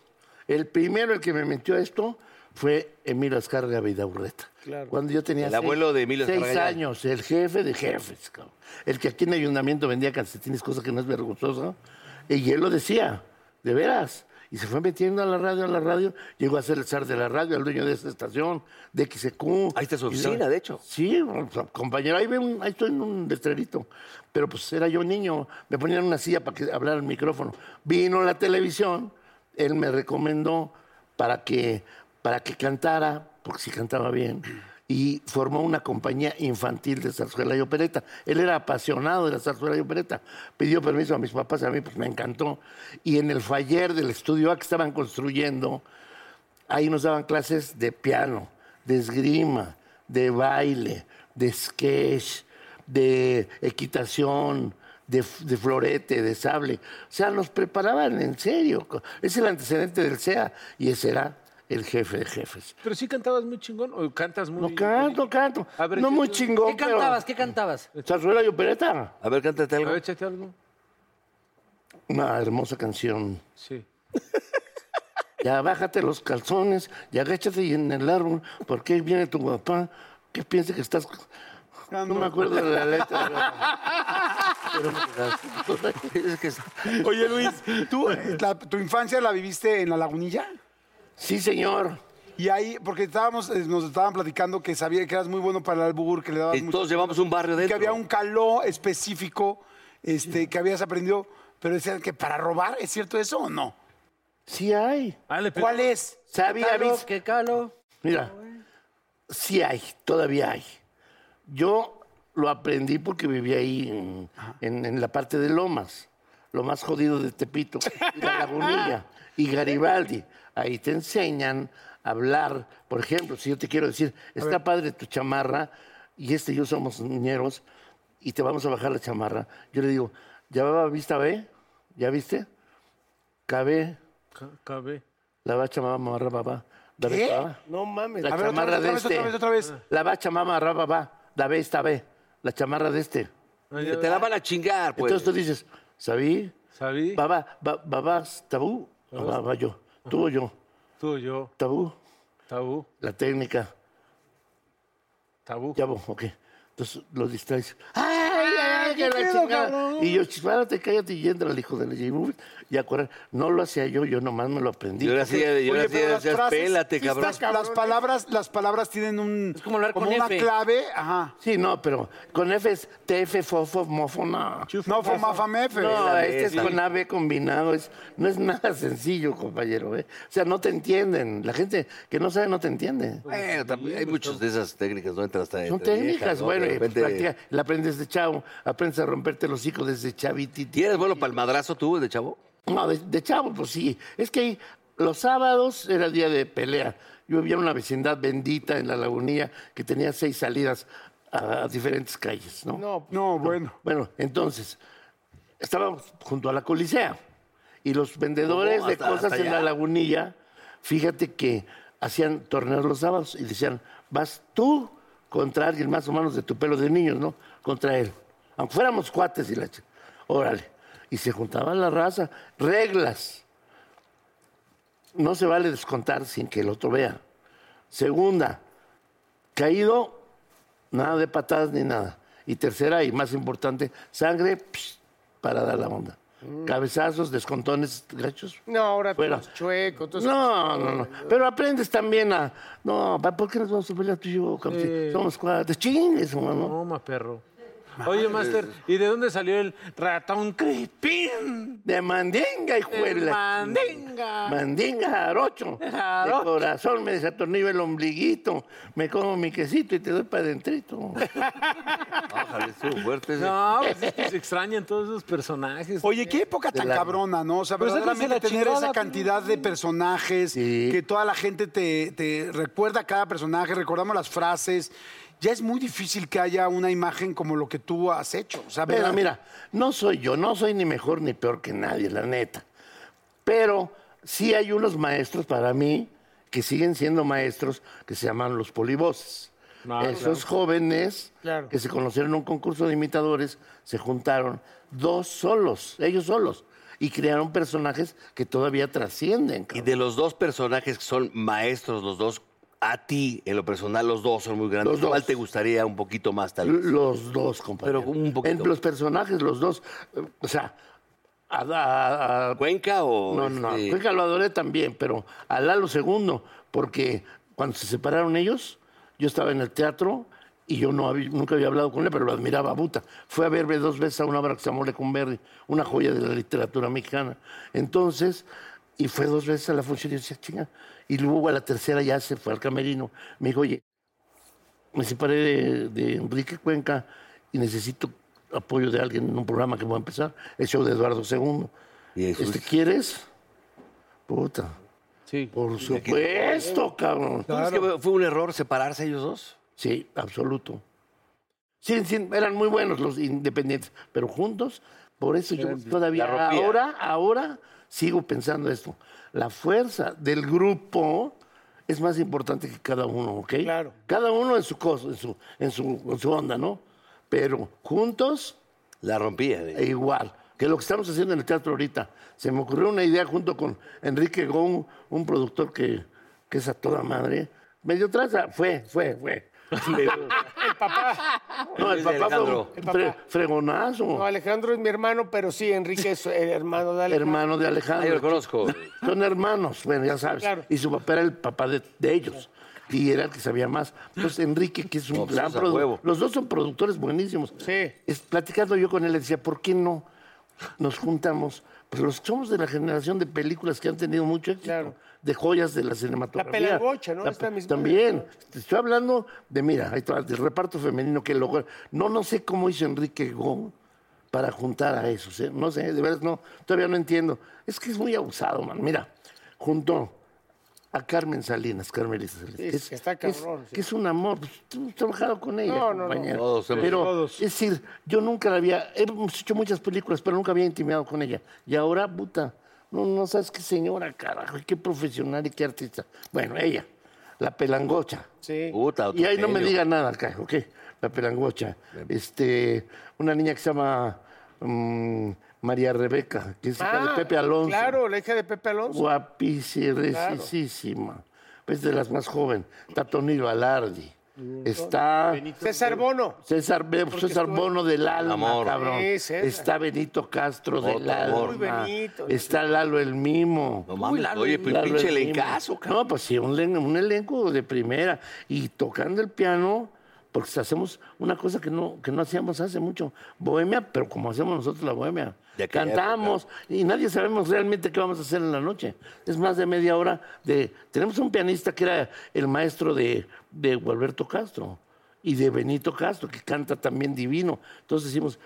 Speaker 3: El primero el que me metió a esto fue Emilio Azcárraga Vidaurreta.
Speaker 4: Claro.
Speaker 3: Cuando yo tenía
Speaker 4: El
Speaker 3: seis-
Speaker 4: abuelo de Emilio
Speaker 3: seis
Speaker 4: Azcárraga.
Speaker 3: años, el jefe de jefes, cabrón. el que aquí en ayuntamiento vendía calcetines, cosa que no es vergonzosa, y él lo decía, de veras. Y se fue metiendo a la radio, a la radio, llegó a ser el zar de la radio, el dueño de esta estación, de E XQ. Ahí está
Speaker 4: su oficina, de hecho.
Speaker 3: Sí, o sea, compañero, ahí, ve un- ahí estoy en un letrerito. Pero pues era yo niño, me ponían en una silla para que hablara el micrófono. Vino la televisión, él me recomendó para que, para que cantara, porque sí cantaba bien, y formó una compañía infantil de zarzuela y opereta. Él era apasionado de la zarzuela y opereta. Pidió permiso a mis papás, a mí pues me encantó. Y en el faller del estudio A que estaban construyendo, ahí nos daban clases de piano, de esgrima, de baile, de sketch, de equitación, de, f- de florete, de sable. O sea, nos preparaban en serio. Es el antecedente del CEA y ese era el jefe de jefes.
Speaker 2: Pero sí cantabas muy chingón o cantas muy...
Speaker 3: No canto, canto.
Speaker 2: A ver,
Speaker 3: no
Speaker 2: ¿qué-
Speaker 3: muy chingón.
Speaker 2: qué cantabas?
Speaker 8: ¿Qué cantabas?
Speaker 3: Zarzuela y opereta.
Speaker 4: A ver, cántate
Speaker 2: A ver, échate algo.
Speaker 3: Una hermosa canción.
Speaker 2: Sí.
Speaker 3: Ya bájate los calzones, ya agáchate y en el árbol, porque ahí viene tu papá, que piensa que estás... No me acuerdo de la letra.
Speaker 11: Oye, Luis, ¿tú, eh, la- ¿tu infancia la viviste en la lagunilla?
Speaker 3: Sí, señor.
Speaker 11: Y ahí, porque estábamos, eh, nos estaban platicando que sabía que eras muy bueno para el albur, que le dabas
Speaker 4: Que todos llevamos un barrio
Speaker 11: Que
Speaker 4: dentro.
Speaker 11: había un caló específico este, que habías aprendido, pero decían que para robar, ¿es cierto eso o no?
Speaker 3: Sí hay.
Speaker 11: ¿Cuál es?
Speaker 3: Sabía,
Speaker 11: Caló,
Speaker 3: ¿viste?
Speaker 8: ¿Qué calo?
Speaker 3: Mira, sí hay, todavía hay. Yo lo aprendí porque vivía ahí en, en- en la parte de Lomas, lo más jodido de Tepito, y la Lagunilla y Garibaldi. Ahí te enseñan a hablar. Por ejemplo, si yo te quiero decir, está padre tu chamarra y este y yo somos niñeros, y te vamos a bajar la chamarra. Yo le digo, ¿ya va vista B? ¿Ya viste? KB,
Speaker 2: Cabe.
Speaker 3: la bacha mamá, rababa, da
Speaker 2: ¿Qué?
Speaker 3: besta,
Speaker 9: No mames.
Speaker 3: Ah. La chamarra de este. La bacha mamá, rababa, da besta, ve. La chamarra de este.
Speaker 4: Eh, Te, te la van a chingar, pues.
Speaker 3: Entonces tú dices, Ah, ¿sabí?
Speaker 2: ¿Sabí?
Speaker 3: Babá, ba- babás, tabú, o babá yo. Tú o yo,
Speaker 2: Tú, yo,
Speaker 3: tabú,
Speaker 2: tabú,
Speaker 3: la técnica.
Speaker 2: Tabú.
Speaker 3: Ya, bo, ok. Entonces lo distraes.
Speaker 9: Ay, ay,
Speaker 3: que la chingada. Y yo, "Chis, párate, cállate y entra el hijo de la J. Movie. Y a correr. No lo hacía yo, yo nomás me lo aprendí.
Speaker 4: Yo lo hacía, yo lo
Speaker 3: Oye,
Speaker 4: hacía,
Speaker 3: pero
Speaker 4: yo
Speaker 3: las
Speaker 4: decía,
Speaker 3: frases,
Speaker 4: "Pélate,
Speaker 3: sí está
Speaker 4: cabrón".
Speaker 11: Las, las palabras, las palabras tienen un. como
Speaker 3: con
Speaker 11: una
Speaker 3: F.
Speaker 11: clave. Ajá.
Speaker 3: Sí, no, pero con F es TF, fofo, mofo, no.
Speaker 11: No, fue mafamefe.
Speaker 3: No, este es
Speaker 11: Sí.
Speaker 3: con AB combinado. es- no es nada sencillo, compañero. ¿eh? O sea, no te entienden. La gente que no sabe no te entiende.
Speaker 4: Bueno, también hay muchas de esas técnicas, ¿no? Entras hasta
Speaker 3: Son
Speaker 4: entre
Speaker 3: técnicas,
Speaker 4: viejas, ¿no?
Speaker 3: bueno,
Speaker 4: De
Speaker 3: y
Speaker 4: repente-
Speaker 3: practica- la aprendes de chavo, aprendes a romperte los hijos desde chavitito.
Speaker 4: ¿Y eres bueno para el madrazo tú, de chavo?
Speaker 3: No, de, de chavo, pues sí. Es que ahí, los sábados era día de pelea. Yo vivía en una vecindad bendita en la lagunía que tenía seis salidas a, a diferentes calles, ¿no? No, bueno. Bueno, entonces, estábamos junto a la colisea y los vendedores
Speaker 4: ¿Cómo?
Speaker 3: de
Speaker 4: ¿Hasta-
Speaker 3: cosas
Speaker 4: hasta
Speaker 3: en la
Speaker 4: allá?
Speaker 3: lagunilla, fíjate que hacían torneos los sábados y decían, vas tú contra alguien más o menos de tu pelo de niños, ¿no? Contra él. Aunque fuéramos cuates y la ch- Órale. Y se juntaba la raza. Reglas. No se vale descontar sin que el otro vea. Segunda, caído, nada de patadas ni nada. Y tercera, y más importante, sangre psh, para dar la onda.
Speaker 2: Mm.
Speaker 3: Cabezazos, descontones, gachos.
Speaker 9: No, ahora
Speaker 3: Fuera.
Speaker 9: todos chuecos. todos-
Speaker 3: No, no, no. Pero aprendes también a. No, pa, ¿por qué nos vamos a pelear tú y yo? cabrón?
Speaker 2: Eh.
Speaker 3: Somos cuates. Chingues, mano.
Speaker 2: Toma, perro. Oye, Master, ¿y de dónde salió el ratón Crispín?
Speaker 3: De mandinga, hijuela.
Speaker 2: De mandinga.
Speaker 3: Mandinga jarocho. De
Speaker 2: Jarocho.
Speaker 3: corazón me desatornillo el ombliguito. Me como mi quesito y te doy para adentrito.
Speaker 4: Ájale, estuvo fuerte. ese.
Speaker 2: No, pues es que se extrañan todos esos personajes.
Speaker 11: Oye, qué época tan cabrona, ¿no? O sea,
Speaker 2: Pero sáquense
Speaker 11: verdaderamente
Speaker 2: la
Speaker 11: tener
Speaker 2: chingada,
Speaker 11: esa
Speaker 2: pues.
Speaker 11: cantidad de personajes, que toda la gente te, te recuerda a cada personaje, recordamos las frases. Ya es muy difícil que haya una imagen como lo que tú has hecho. O sea,
Speaker 3: Pero
Speaker 11: ¿verdad?
Speaker 3: mira, no soy yo, no soy ni mejor ni peor que nadie, la neta. Pero sí hay unos maestros para mí que siguen siendo maestros que se llaman los polivoces.
Speaker 9: Ah,
Speaker 3: Esos
Speaker 9: claro.
Speaker 3: jóvenes
Speaker 9: Claro.
Speaker 3: que se conocieron en un concurso de imitadores se juntaron dos solos, ellos solos, y crearon personajes que todavía trascienden.
Speaker 4: Y de los dos personajes que son maestros, los dos, a ti, en lo personal, los dos son muy grandes.
Speaker 3: Los dos.
Speaker 4: ¿Cuál te gustaría un poquito más, tal vez?
Speaker 3: Los dos, compañero.
Speaker 4: Pero un poquito.
Speaker 3: En los personajes, los dos. eh, O sea, a, a- a-
Speaker 4: ¿Cuenca o...?
Speaker 3: No, no,
Speaker 4: este,
Speaker 3: no. Cuenca lo adoré también, pero a Lalo II, porque cuando se separaron ellos, yo estaba en el teatro y yo no habí- nunca había hablado con él, pero lo admiraba a Buta. Fue a verme dos veces a una obra que se llamó Lecumberri, una joya de la literatura mexicana. Entonces, y fue dos veces a la función y yo decía, chinga. Y luego a la tercera ya se fue al camerino. Me dijo, oye, me separé de, de Enrique Cuenca y necesito apoyo de alguien en un programa que voy a empezar, el show de Eduardo II. Este, ¿Quieres? Puta.
Speaker 2: Sí.
Speaker 3: Por supuesto, cabrón.
Speaker 4: ¿Tú crees que fue un error separarse ellos dos?
Speaker 3: Sí, absoluto. Sí, sí, eran muy buenos los independientes, pero juntos, por eso yo todavía
Speaker 4: La rompía.
Speaker 3: ahora, ahora sigo pensando esto. La fuerza del grupo es más importante que cada uno, ¿ok? Claro. Cada uno en su cosa, en su, en su, en su onda, ¿no? Pero juntos,
Speaker 4: La rompía.
Speaker 3: e igual que lo que estamos haciendo en el teatro ahorita. Se me ocurrió una idea junto con Enrique Gón, un productor que, que es a toda madre. Medio traza, fue, fue, fue. Pero-
Speaker 9: El papá.
Speaker 3: no, el papá fue un
Speaker 9: El papá.
Speaker 3: fre- fregonazo.
Speaker 9: No, Alejandro es mi hermano, pero sí, Enrique es el hermano de Alejandro.
Speaker 3: hermano de Alejandro.
Speaker 9: Ah, yo lo
Speaker 4: conozco.
Speaker 3: Son hermanos, bueno, ya sabes.
Speaker 9: Claro.
Speaker 3: Y su papá era el papá de, de ellos. Y era el que sabía más. Entonces, Enrique, que es un
Speaker 4: No, pues,
Speaker 3: gran
Speaker 4: es a
Speaker 3: productor.
Speaker 4: huevo.
Speaker 3: Los dos son productores buenísimos. Sí. platicando yo con él, le decía, ¿por qué no nos juntamos? Pues los que somos de la generación de películas que han tenido mucho éxito. De joyas de la cinematografía.
Speaker 9: Pelangocha, ¿no? Esta misma-
Speaker 3: También. Te estoy hablando de, mira, ahí está, del reparto femenino que logró. No, no sé cómo hizo Enrique Gómez para juntar a esos. ¿eh? No sé, de veras no, todavía no entiendo. Es que es muy abusado, man. Mira, juntó a Carmen Salinas, Carmelita Salinas.
Speaker 9: Sí, que está cabrón,
Speaker 3: es-
Speaker 9: sí.
Speaker 3: que es un amor. Pues, tú has trabajado con ella,
Speaker 9: No, no, no.
Speaker 3: compañero.
Speaker 9: Todos hemos-
Speaker 3: pero,
Speaker 9: Todos.
Speaker 3: es decir, yo nunca la había... Hemos hecho muchas películas, pero nunca había intimidado con ella. Y ahora, puta, no, no sabes qué señora, carajo, y qué profesional y qué artista. Bueno, ella, la pelangocha.
Speaker 9: Sí.
Speaker 3: Y ahí no me diga nada acá, ¿ok? La pelangocha. Este, una niña que se llama mm, María Rebeca, que es hija de
Speaker 9: Ah,
Speaker 3: Pepe Alonso.
Speaker 9: Claro, la hija de Pepe Alonso.
Speaker 3: Guapísima. Es de las más jóvenes. Está Tony Balardi. Está.
Speaker 9: César Bono.
Speaker 3: César, Be-
Speaker 9: Mm, Porque
Speaker 3: César
Speaker 9: estuvo-
Speaker 3: Bono del alma,
Speaker 9: Amor.
Speaker 3: cabrón.
Speaker 9: Sí, César.
Speaker 3: Está Benito Castro
Speaker 9: Otro
Speaker 3: del alma.
Speaker 9: amor. Uy, Benito.
Speaker 3: Está Lalo el Mimo.
Speaker 4: mames, Lalo oye, el pues, Mimo. pinche elencazo,
Speaker 3: No, pues sí, un, len- un elenco de primera. Y tocando el piano, porque hacemos una cosa que no, que no hacíamos hace mucho. Bohemia, pero como hacemos nosotros la bohemia.
Speaker 4: De aquella
Speaker 3: Cantamos y nadie sabemos realmente qué vamos a hacer en la noche. Es más de media hora de... Tenemos un pianista que era el maestro de, de Gualberto Castro y de Benito Castro, que canta también divino. Entonces decimos,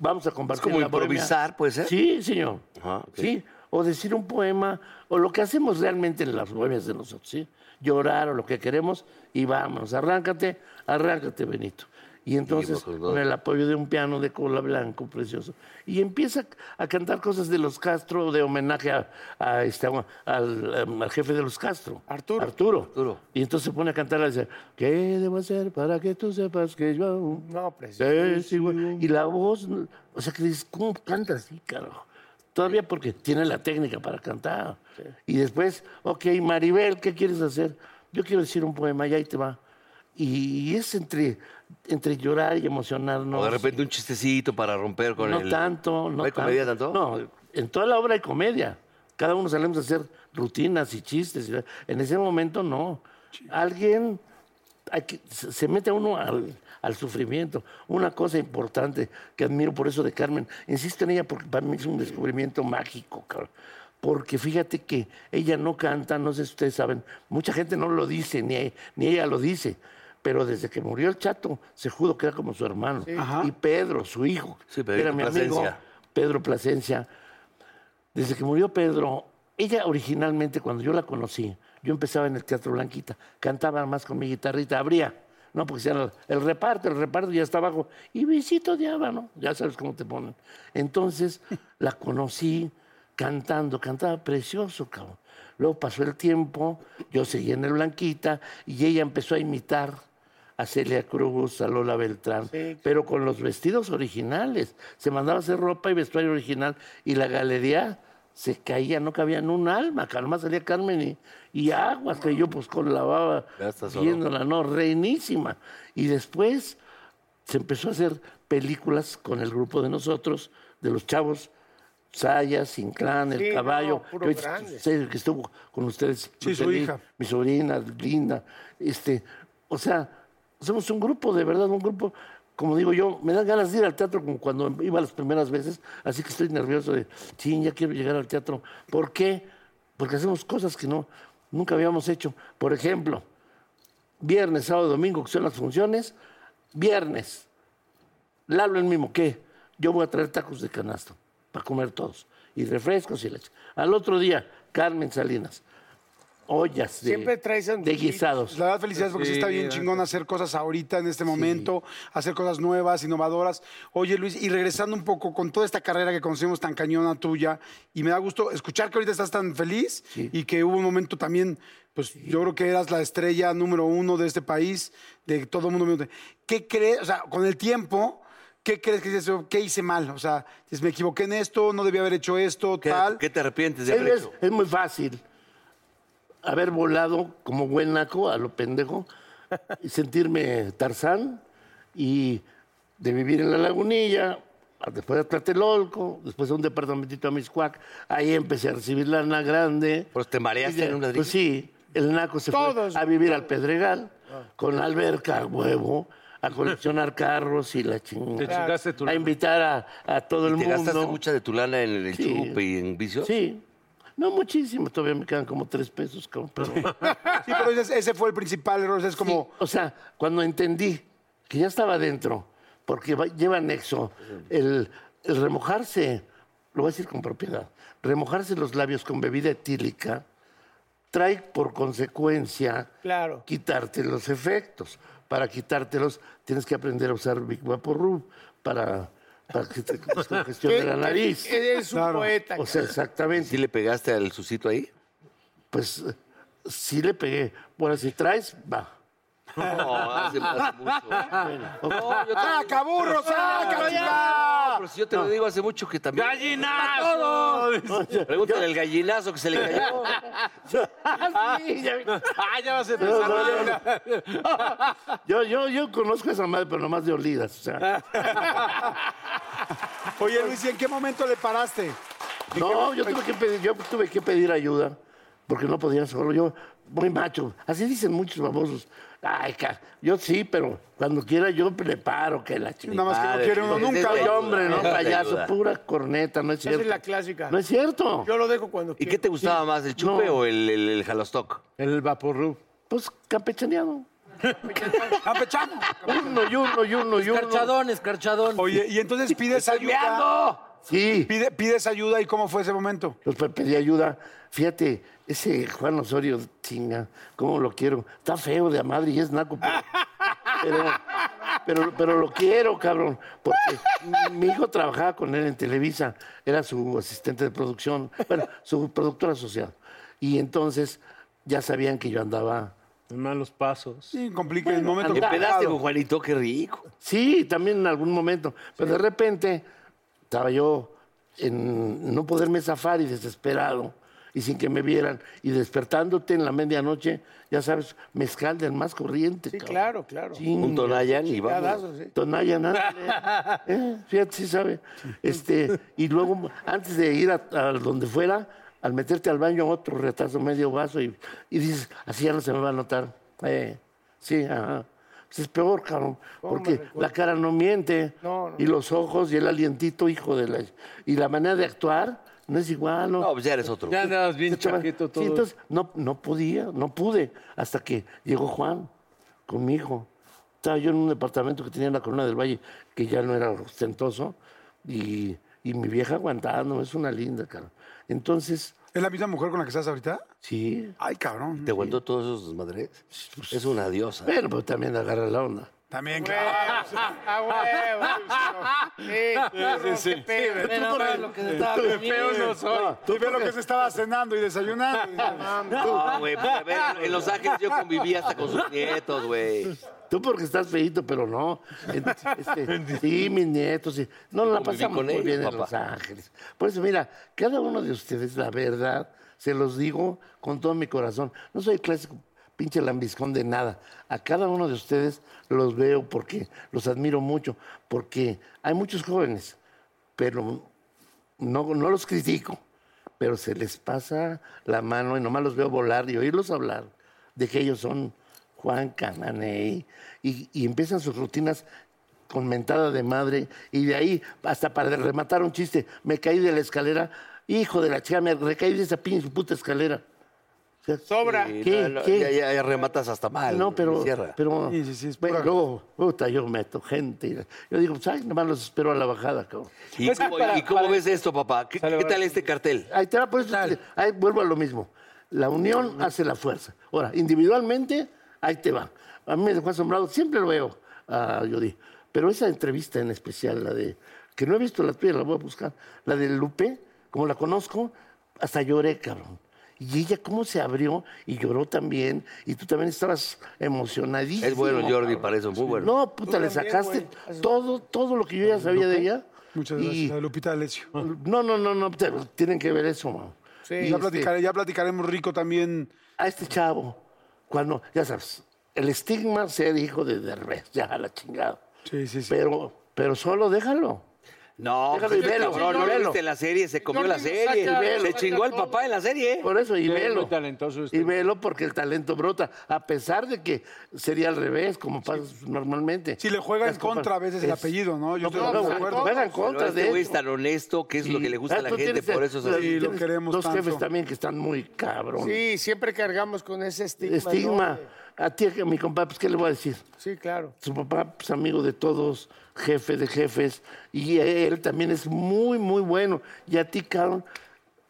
Speaker 3: vamos a compartir
Speaker 4: como
Speaker 3: la bohemia.
Speaker 4: improvisar, puede ser.
Speaker 3: Sí, señor.
Speaker 4: Ajá, ok.
Speaker 3: Sí, o decir un poema, o lo que hacemos realmente en las bohemias de nosotros, ¿sí? Llorar o lo que queremos y vámonos, arráncate, arráncate, Benito. Y entonces, con el apoyo de un piano de cola blanco precioso, y empieza a cantar cosas de los Castro, de homenaje a, a este, a- al, em, al jefe de los Castro. Arturo. Arturo. Y entonces se pone a cantar, a decir, ¿qué debo hacer para que tú sepas que yo Eh. aún
Speaker 9: No, pues,
Speaker 3: Sí, sí, güey. Y la voz, o sea, que dices, ¿cómo canta así, carajo? Todavía porque tiene la técnica para cantar. Y después, ok, Maribel, ¿qué quieres hacer? Yo quiero decir un poema y ahí te va. Y, y es entre, entre llorar y emocionarnos.
Speaker 4: O de repente un chistecito para romper con
Speaker 3: no
Speaker 4: el.
Speaker 3: tanto, no
Speaker 4: hay comedia tanto?
Speaker 3: No, en toda la obra hay comedia. Cada uno salimos a hacer rutinas y chistes. y- En ese momento no. Alguien hay que- se se mete uno al, al sufrimiento. Una cosa importante que admiro por eso de Carmen, insisto en ella porque para mí es un descubrimiento mágico, cabrón. Porque fíjate que ella no canta, no sé si ustedes saben, mucha gente no lo dice, ni, e- ni ella lo dice. Pero desde que murió el chato, se juro que era como su hermano. Y Pedro, su hijo,
Speaker 4: Sí,
Speaker 3: que
Speaker 4: Pedrito
Speaker 3: era mi amigo,
Speaker 4: Plasencia.
Speaker 3: Pedro Plasencia. Desde que murió Pedro, ella originalmente, cuando yo la conocí, yo empezaba en el Teatro Blanquita, cantaba más con mi guitarrita, abría. No, porque se llama el reparto, el reparto ya está abajo. Y visito de Ábano, ya sabes cómo te ponen. Entonces la conocí cantando, cantaba precioso, cabrón. Luego pasó el tiempo, yo seguí en el Blanquita y ella empezó a imitar a Celia Cruz, a Lola Beltrán, pero con los vestidos originales. Se mandaba a hacer ropa y vestuario original y la galería se caía, no cabía en un alma. Calma salía Carmen y, y aguas que yo pues con la baba
Speaker 4: Ya está solo.
Speaker 3: viéndola, no, reinísima. Y después se empezó a hacer películas con el grupo de nosotros, de los chavos, Saya, Inclán,
Speaker 9: Sí,
Speaker 3: El
Speaker 9: no,
Speaker 3: Caballo,
Speaker 9: puro
Speaker 3: que hoy-
Speaker 9: grande.
Speaker 3: sé que estuvo con ustedes,
Speaker 9: Sí, su
Speaker 3: Lucelí,
Speaker 9: hija.
Speaker 3: mi sobrina, Linda, este, o sea, somos un grupo de verdad, un grupo, como digo yo, me dan ganas de ir al teatro como cuando iba las primeras veces, así que estoy nervioso de, sí, ya quiero llegar al teatro. ¿Por qué? Porque hacemos cosas que no, nunca habíamos hecho. Por ejemplo, viernes, sábado, domingo, que son las funciones, viernes, Lalo el mismo, ¿qué? Yo voy a traer tacos de canasto para comer todos. Y refrescos y leche. Al otro día, Carmen Salinas. Ollas de,
Speaker 5: Siempre
Speaker 9: traes
Speaker 3: de guisados.
Speaker 5: La verdad, felicidades porque sí, está bien chingón hacer cosas ahorita en este momento, hacer cosas nuevas, innovadoras. Oye, Luis, y regresando un poco con toda esta carrera que conocemos tan cañona tuya, y me da gusto escuchar que ahorita estás tan feliz y que hubo un momento también, pues yo creo que eras la estrella número uno de este país, de todo el mundo. ¿Qué crees? O sea, con el tiempo. ¿Qué crees que dices? ¿Qué hice mal? O sea, dices, me equivoqué en esto, no debía haber hecho esto, tal.
Speaker 4: ¿Qué te arrepientes de
Speaker 3: Es,
Speaker 4: haber
Speaker 3: es-
Speaker 4: hecho?
Speaker 3: es muy fácil haber volado como buen naco a lo pendejo, y sentirme Tarzán y de vivir en la lagunilla, a- después a Tlatelolco, después a un departamentito a Miscuac. Ahí empecé a recibir lana grande.
Speaker 4: Pues te mareaste
Speaker 3: Y ya-
Speaker 4: en un ladrillo.
Speaker 3: Pues sí, el naco se fue a vivir al Pedregal con la alberca a huevo. A coleccionar carros y la chingada.
Speaker 4: Te chingaste tu
Speaker 3: A
Speaker 4: lana.
Speaker 3: invitar a, a todo el
Speaker 4: ¿Te
Speaker 3: mundo.
Speaker 4: gastaste mucha de tu lana en el
Speaker 3: Sí.
Speaker 4: chupe y en vicios?
Speaker 3: Sí. No muchísimo, todavía me quedan como tres pesos, cabrón, pero-
Speaker 5: Sí, pero ese, ese fue el principal error. Es como,
Speaker 3: o sea, cuando entendí que ya estaba dentro, porque va- lleva anexo el, el remojarse, lo voy a decir con propiedad, remojarse los labios con bebida etílica trae por consecuencia
Speaker 9: Claro.
Speaker 3: quitarte los efectos. Para quitártelos tienes que aprender a usar Big Vaporub para, para que te pues, descongestione
Speaker 9: Que-
Speaker 3: la
Speaker 9: que-
Speaker 3: nariz.
Speaker 9: que eres un Claro. poeta,
Speaker 3: O sea,
Speaker 9: cabrón.
Speaker 3: exactamente.
Speaker 4: ¿Sí le pegaste al sucito ahí?
Speaker 3: Pues eh, sí le pegué. Bueno, si traes, va.
Speaker 4: No, hace- hace mucho.
Speaker 5: caburro, saca,
Speaker 4: No, pero si yo te lo digo hace mucho que también. ¡Gallinazo! Pregúntale al gallinazo que se le cayó.
Speaker 3: Ah, sí, ya-
Speaker 2: Ah, ya vas a
Speaker 3: No,
Speaker 2: empezar.
Speaker 3: no, no. Yo, yo, yo conozco a esa madre, pero nomás de olidas. O sea,
Speaker 5: Oye, Luis, ¿y en qué momento le paraste? ¿En
Speaker 3: no,
Speaker 5: qué-
Speaker 3: yo tuve que pedir, yo tuve que pedir ayuda porque no podía solo. Yo, muy macho. Así dicen muchos famosos. Ay, ca- yo sí, pero cuando quiera yo preparo que la chingada.
Speaker 5: Nada más que no quiere uno nunca.
Speaker 3: Ay, hombre, no,
Speaker 5: Necesita
Speaker 3: payaso,
Speaker 5: ayuda.
Speaker 3: pura corneta, no es
Speaker 9: Esa
Speaker 3: cierto.
Speaker 9: es la clásica.
Speaker 3: No es cierto.
Speaker 9: Yo lo dejo cuando
Speaker 4: ¿Y qué te gustaba más, el chupe o el, el, el jalostoc?
Speaker 2: El vaporrub.
Speaker 3: Pues campechaneado.
Speaker 5: Campechano.
Speaker 3: Uno y uno y uno y uno.
Speaker 8: Escarchadón, escarchadón.
Speaker 5: Oye, y entonces pides ayuda.
Speaker 8: meando!
Speaker 3: Sí.
Speaker 5: Pide- pides ayuda y cómo fue ese momento.
Speaker 3: Los pe- pedí ayuda. Fíjate, ese Juan Osorio, chinga, cómo lo quiero. Está feo de a madre y es naco, pero, pero, pero, pero lo quiero, cabrón. Porque mi hijo trabajaba con él en Televisa, era su asistente de producción, bueno, su productor asociado. Y entonces ya sabían que yo andaba.
Speaker 2: En malos pasos.
Speaker 5: Sí, complica el momento.
Speaker 4: ¿Te pedaste
Speaker 5: complicado.
Speaker 4: con Juanito? ¡Qué rico!
Speaker 3: Sí, también en algún momento. Pero de repente estaba yo en no poderme zafar y desesperado y sin que me vieran. Y despertándote en la medianoche, ya sabes, mezcal del más corriente.
Speaker 9: Sí,
Speaker 3: cabrón.
Speaker 9: claro, claro.
Speaker 3: Chinga.
Speaker 4: Un Tonayan y vamos.
Speaker 9: Chingadazos, ¿eh?
Speaker 3: Tonayan, ándale. Eh, Fíjate, sí sabe. Este, y luego, antes de ir a, a donde fuera, al meterte al baño, otro retazo, medio vaso, y, y dices, así ya no se me va a notar. Eh, sí, ajá. Pues es peor, cabrón, porque la cara no miente.
Speaker 9: No, no.
Speaker 3: Y los ojos y el alientito, hijo de la... Y la manera de actuar no es igual. No, Este
Speaker 4: No, pues ya eres otro.
Speaker 2: Ya andabas bien chaqueto todo.
Speaker 3: Sí, entonces no, no podía, no pude, hasta que llegó Juan con mi hijo. Estaba yo en un departamento que tenía en la Corona del Valle, que ya no era ostentoso, y, y mi vieja aguantando, es una linda, cara. Entonces,
Speaker 5: ¿Es la misma mujer con la que estás ahorita?
Speaker 3: sí,
Speaker 5: Ay, cabrón. Pues,
Speaker 4: ¿Te aguantó todos esos desmadres? Es una diosa.
Speaker 3: bueno, pero también agarra la onda.
Speaker 5: También, claro.
Speaker 9: ¡Ah, huevo! Sí, sí, sí.
Speaker 8: lo que se estaba
Speaker 2: no soy.
Speaker 5: Tú ves lo que se estaba cenando y desayunando.
Speaker 4: No, güey,
Speaker 5: pues,
Speaker 4: porque, a ver, en Los Ángeles yo convivía hasta con sus nietos, güey.
Speaker 3: Tú porque estás feíto, pero no. Este, sí, mis nietos. Sí. No, la
Speaker 4: conviví
Speaker 3: pasamos
Speaker 4: con
Speaker 3: muy
Speaker 4: ellos,
Speaker 3: bien en
Speaker 4: papá.
Speaker 3: Los Ángeles. Por eso, mira, cada uno de ustedes, la verdad, se los digo con todo mi corazón. No soy clásico pinche lambiscón de nada. A cada uno de ustedes los veo porque los admiro mucho, porque hay muchos jóvenes, pero no, no los critico, pero se les pasa la mano y nomás los veo volar y oírlos hablar de que ellos son Juan Camaney y, y empiezan sus rutinas con mentada de madre y de ahí hasta para rematar un chiste, me caí de la escalera, hijo de la chica, me recaí de esa pinche puta escalera. O sea,
Speaker 9: Sobra.
Speaker 4: Y
Speaker 3: ¿Qué?
Speaker 4: no, no,
Speaker 3: ¿Qué?
Speaker 4: Ya, ya- ya rematas hasta mal.
Speaker 3: no, pero,
Speaker 4: Cierra.
Speaker 3: pero
Speaker 5: Sí, sí, sí, es
Speaker 3: bueno,
Speaker 5: pura-
Speaker 3: luego, puta, yo meto gente. Yo digo, pues, ay, nomás los espero a la bajada, cabrón.
Speaker 4: ¿Y
Speaker 9: Es que
Speaker 4: cómo,
Speaker 9: para-
Speaker 4: y cómo
Speaker 9: para-
Speaker 4: ves esto, papá? ¿Qué, qué tal este cartel?
Speaker 3: Ahí te va, por eso te- ahí vuelvo a lo mismo. La unión hace la fuerza. Ahora, individualmente, ahí te va. A mí me dejó asombrado, siempre lo veo a Judy. Pero esa entrevista en especial, la de. que no he visto la tuya, la voy a buscar. La de Lupe, como la conozco, hasta lloré, cabrón. Y ella, cómo se abrió y lloró también. Y tú también estabas emocionadísimo.
Speaker 4: Es bueno, Jordi,
Speaker 3: cabrón.
Speaker 4: para eso, muy bueno.
Speaker 3: No, puta, le sacaste todo, todo lo que yo ya sabía de ella.
Speaker 5: Muchas
Speaker 3: Y-
Speaker 5: gracias, la de Lupita Alessio.
Speaker 3: no, no, no, no, te- tienen que ver eso, mano. Y
Speaker 5: Ya,
Speaker 3: este,
Speaker 5: platicare- ya platicaremos rico también.
Speaker 3: a este chavo, cuando, ya sabes, el estigma ser hijo de Derbez, ya a la chingada.
Speaker 5: Sí, sí, sí.
Speaker 3: Pero, pero solo déjalo.
Speaker 4: No,
Speaker 3: Déjalo
Speaker 4: pues,
Speaker 3: y velo,
Speaker 4: cabrón, no
Speaker 3: velo.
Speaker 4: lo viste en la serie, se comió
Speaker 9: Jordi
Speaker 4: la
Speaker 9: lo
Speaker 4: serie.
Speaker 9: saca-
Speaker 3: velo.
Speaker 4: Se
Speaker 9: saca
Speaker 4: chingó al
Speaker 9: todo.
Speaker 4: papá en la serie.
Speaker 3: Por eso, y
Speaker 2: Sí, es muy
Speaker 3: velo.
Speaker 2: talentoso este.
Speaker 3: Y velo porque el talento brota, a pesar de que sería al revés, como pasa normalmente.
Speaker 5: Si le juega en
Speaker 3: Las copas-
Speaker 5: contra a veces el
Speaker 3: es-
Speaker 5: apellido, ¿no? Yo
Speaker 3: No,
Speaker 5: estoy
Speaker 3: no,
Speaker 5: de
Speaker 3: juega-
Speaker 5: acuerdo.
Speaker 3: juega en
Speaker 4: Pero
Speaker 3: contra
Speaker 4: este
Speaker 3: de
Speaker 4: güey es
Speaker 3: esto.
Speaker 4: tan honesto, que es lo que le gusta a la
Speaker 3: Ah, tú
Speaker 4: gente,
Speaker 3: tienes-
Speaker 4: por eso es
Speaker 3: tú
Speaker 4: así.
Speaker 5: Sí, lo
Speaker 3: tienes
Speaker 5: queremos
Speaker 3: Dos
Speaker 5: tanto.
Speaker 3: jefes también que están muy cabrón.
Speaker 9: Sí, siempre cargamos con ese estigma. ¿no?
Speaker 3: Estigma. A ti, a mi compadre, pues, ¿qué le voy a decir?
Speaker 9: Sí, claro.
Speaker 3: su papá pues, amigo de todos, jefe de jefes, y él también es muy, muy bueno. Y a ti, Carol,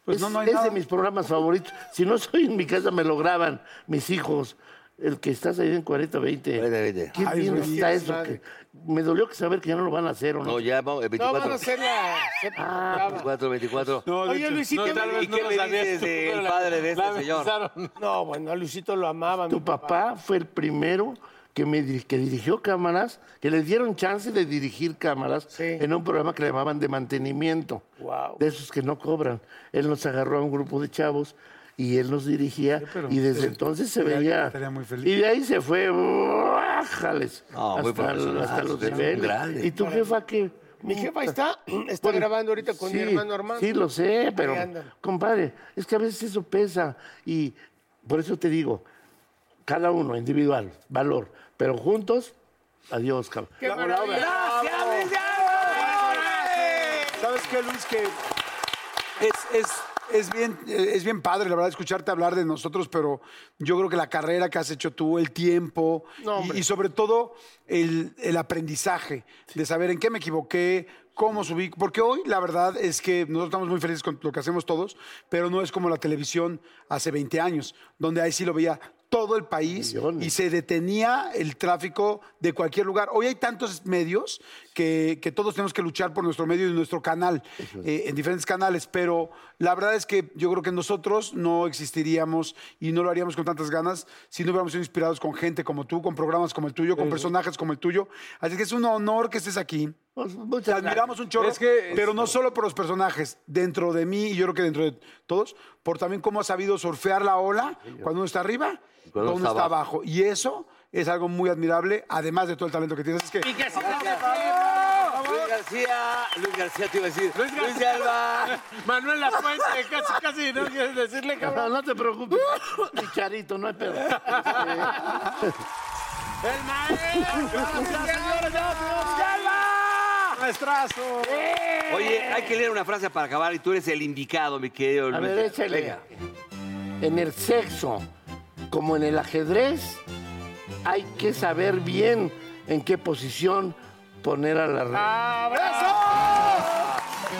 Speaker 3: es, es de mis programas favoritos. Si no soy en mi casa, me lo graban mis hijos. El que estás ahí en 4020. 20 ¿Qué
Speaker 4: Ay,
Speaker 3: bien
Speaker 4: güey,
Speaker 3: está
Speaker 4: qué
Speaker 3: eso?
Speaker 4: padre.
Speaker 3: que- me dolió que saber que ya no lo van a hacer o no.
Speaker 4: No, ya vamos, el 24.
Speaker 3: van a hacer
Speaker 9: la séptima
Speaker 4: Ah,
Speaker 9: octava.
Speaker 4: 24, 24.
Speaker 9: Oye, Luisito,
Speaker 4: No, tal vez no lo sabías tú,
Speaker 5: este
Speaker 4: pero la- la avisaron.
Speaker 9: No, bueno, a Luisito lo amaban.
Speaker 3: Tu papá fue el primero que me diri- que dirigió cámaras, que le dieron chance de dirigir cámaras en un programa que le llamaban de mantenimiento.
Speaker 9: Wow.
Speaker 3: De esos que no cobran. Él nos agarró a un grupo de chavos y él nos dirigía
Speaker 5: pero-
Speaker 3: y desde
Speaker 5: Sí.
Speaker 3: entonces se
Speaker 5: Estaría-
Speaker 3: veía.
Speaker 5: estaría muy feliz.
Speaker 3: Y de ahí se fue, ¡ájales!
Speaker 4: No, muy
Speaker 3: hasta,
Speaker 4: profesional,
Speaker 3: hasta los
Speaker 4: usted es un
Speaker 3: niveles.
Speaker 4: grande.
Speaker 3: ¿Y tu jefa qué?
Speaker 9: Mi jefa está, está
Speaker 3: Mm. Bueno,
Speaker 9: grabando ahorita con mi
Speaker 3: sí,
Speaker 9: hermano Armando.
Speaker 3: Sí, lo sé, pero
Speaker 9: Ahí andan.
Speaker 3: compadre, es que a veces eso pesa y por eso te digo, cada uno individual, valor, pero juntos, adiós, cabrón.
Speaker 9: ¡Qué maravilla! ¡Bravo!
Speaker 5: ¿Sabes qué, Luis? Que es, es- es bien, eh, es bien padre, la verdad, escucharte hablar de nosotros, pero yo creo que la carrera que has hecho tú, el tiempo
Speaker 9: No,
Speaker 5: y-
Speaker 9: hombre.
Speaker 5: y, sobre todo el, el aprendizaje de saber en qué me equivoqué, cómo subí, porque hoy la verdad es que nosotros estamos muy felices con lo que hacemos todos, pero no es como la televisión hace 20 años, donde ahí sí lo veía todo el país y se detenía el tráfico de cualquier lugar. Hoy hay tantos medios que, que todos tenemos que luchar por nuestro medio y nuestro canal, eh, en diferentes canales, pero la verdad es que yo creo que nosotros no existiríamos y no lo haríamos con tantas ganas si no hubiéramos sido inspirados con gente como tú, con programas como el tuyo, con personajes como el tuyo. Así que es un honor que estés aquí. Te admiramos un chorro,
Speaker 2: Es que-
Speaker 5: pero no solo por los personajes, dentro de mí y yo creo que dentro de todos, por también cómo has sabido surfear la ola cuando uno está arriba,
Speaker 4: Y
Speaker 5: cuando uno está abajo. Y eso es algo muy admirable, además de todo el talento que tienes. Es que
Speaker 4: Luis García, Luis García te iba a decir. Luis García. Alba.
Speaker 9: Manuel Lafuente, casi, casi, no quieres decirle,
Speaker 3: No,
Speaker 9: cabrón.
Speaker 3: no te preocupes, Picharito, no hay pedo.
Speaker 9: ¡El maestro! ¡Señores,
Speaker 5: ¡Maestrazo!
Speaker 4: Oye, hay que leer una frase para acabar y tú eres el indicado, mi querido
Speaker 3: A
Speaker 4: Luis.
Speaker 3: ver, échale.
Speaker 4: Venga.
Speaker 3: En el sexo, como en el ajedrez, hay que saber bien en qué posición poner a la red.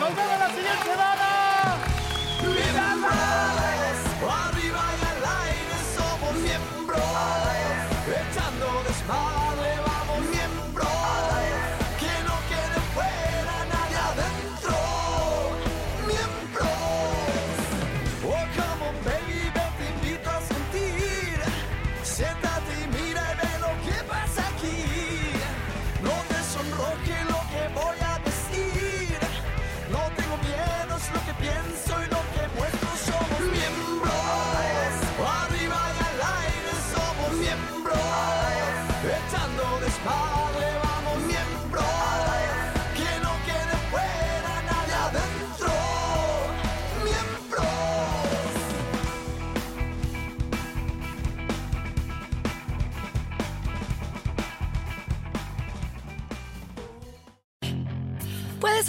Speaker 9: ¡Nos vemos la siguiente semana!
Speaker 1: Arriba y al aire somos miembros, echando desmadre vamos miembros, que no quede fuera nadie adentro, miembros. Oh, come on baby, te invito a sentir, siéntate y mira y ve lo que pasa aquí, no te sonroje lo que voy a decir. No tengo miedo, es lo que pienso y lo que muestro. Somos miembros, arriba y al aire somos miembros. Echando desmadre vamos miembros. Que no quede fuera nadie adentro. Miembros.
Speaker 14: Puedes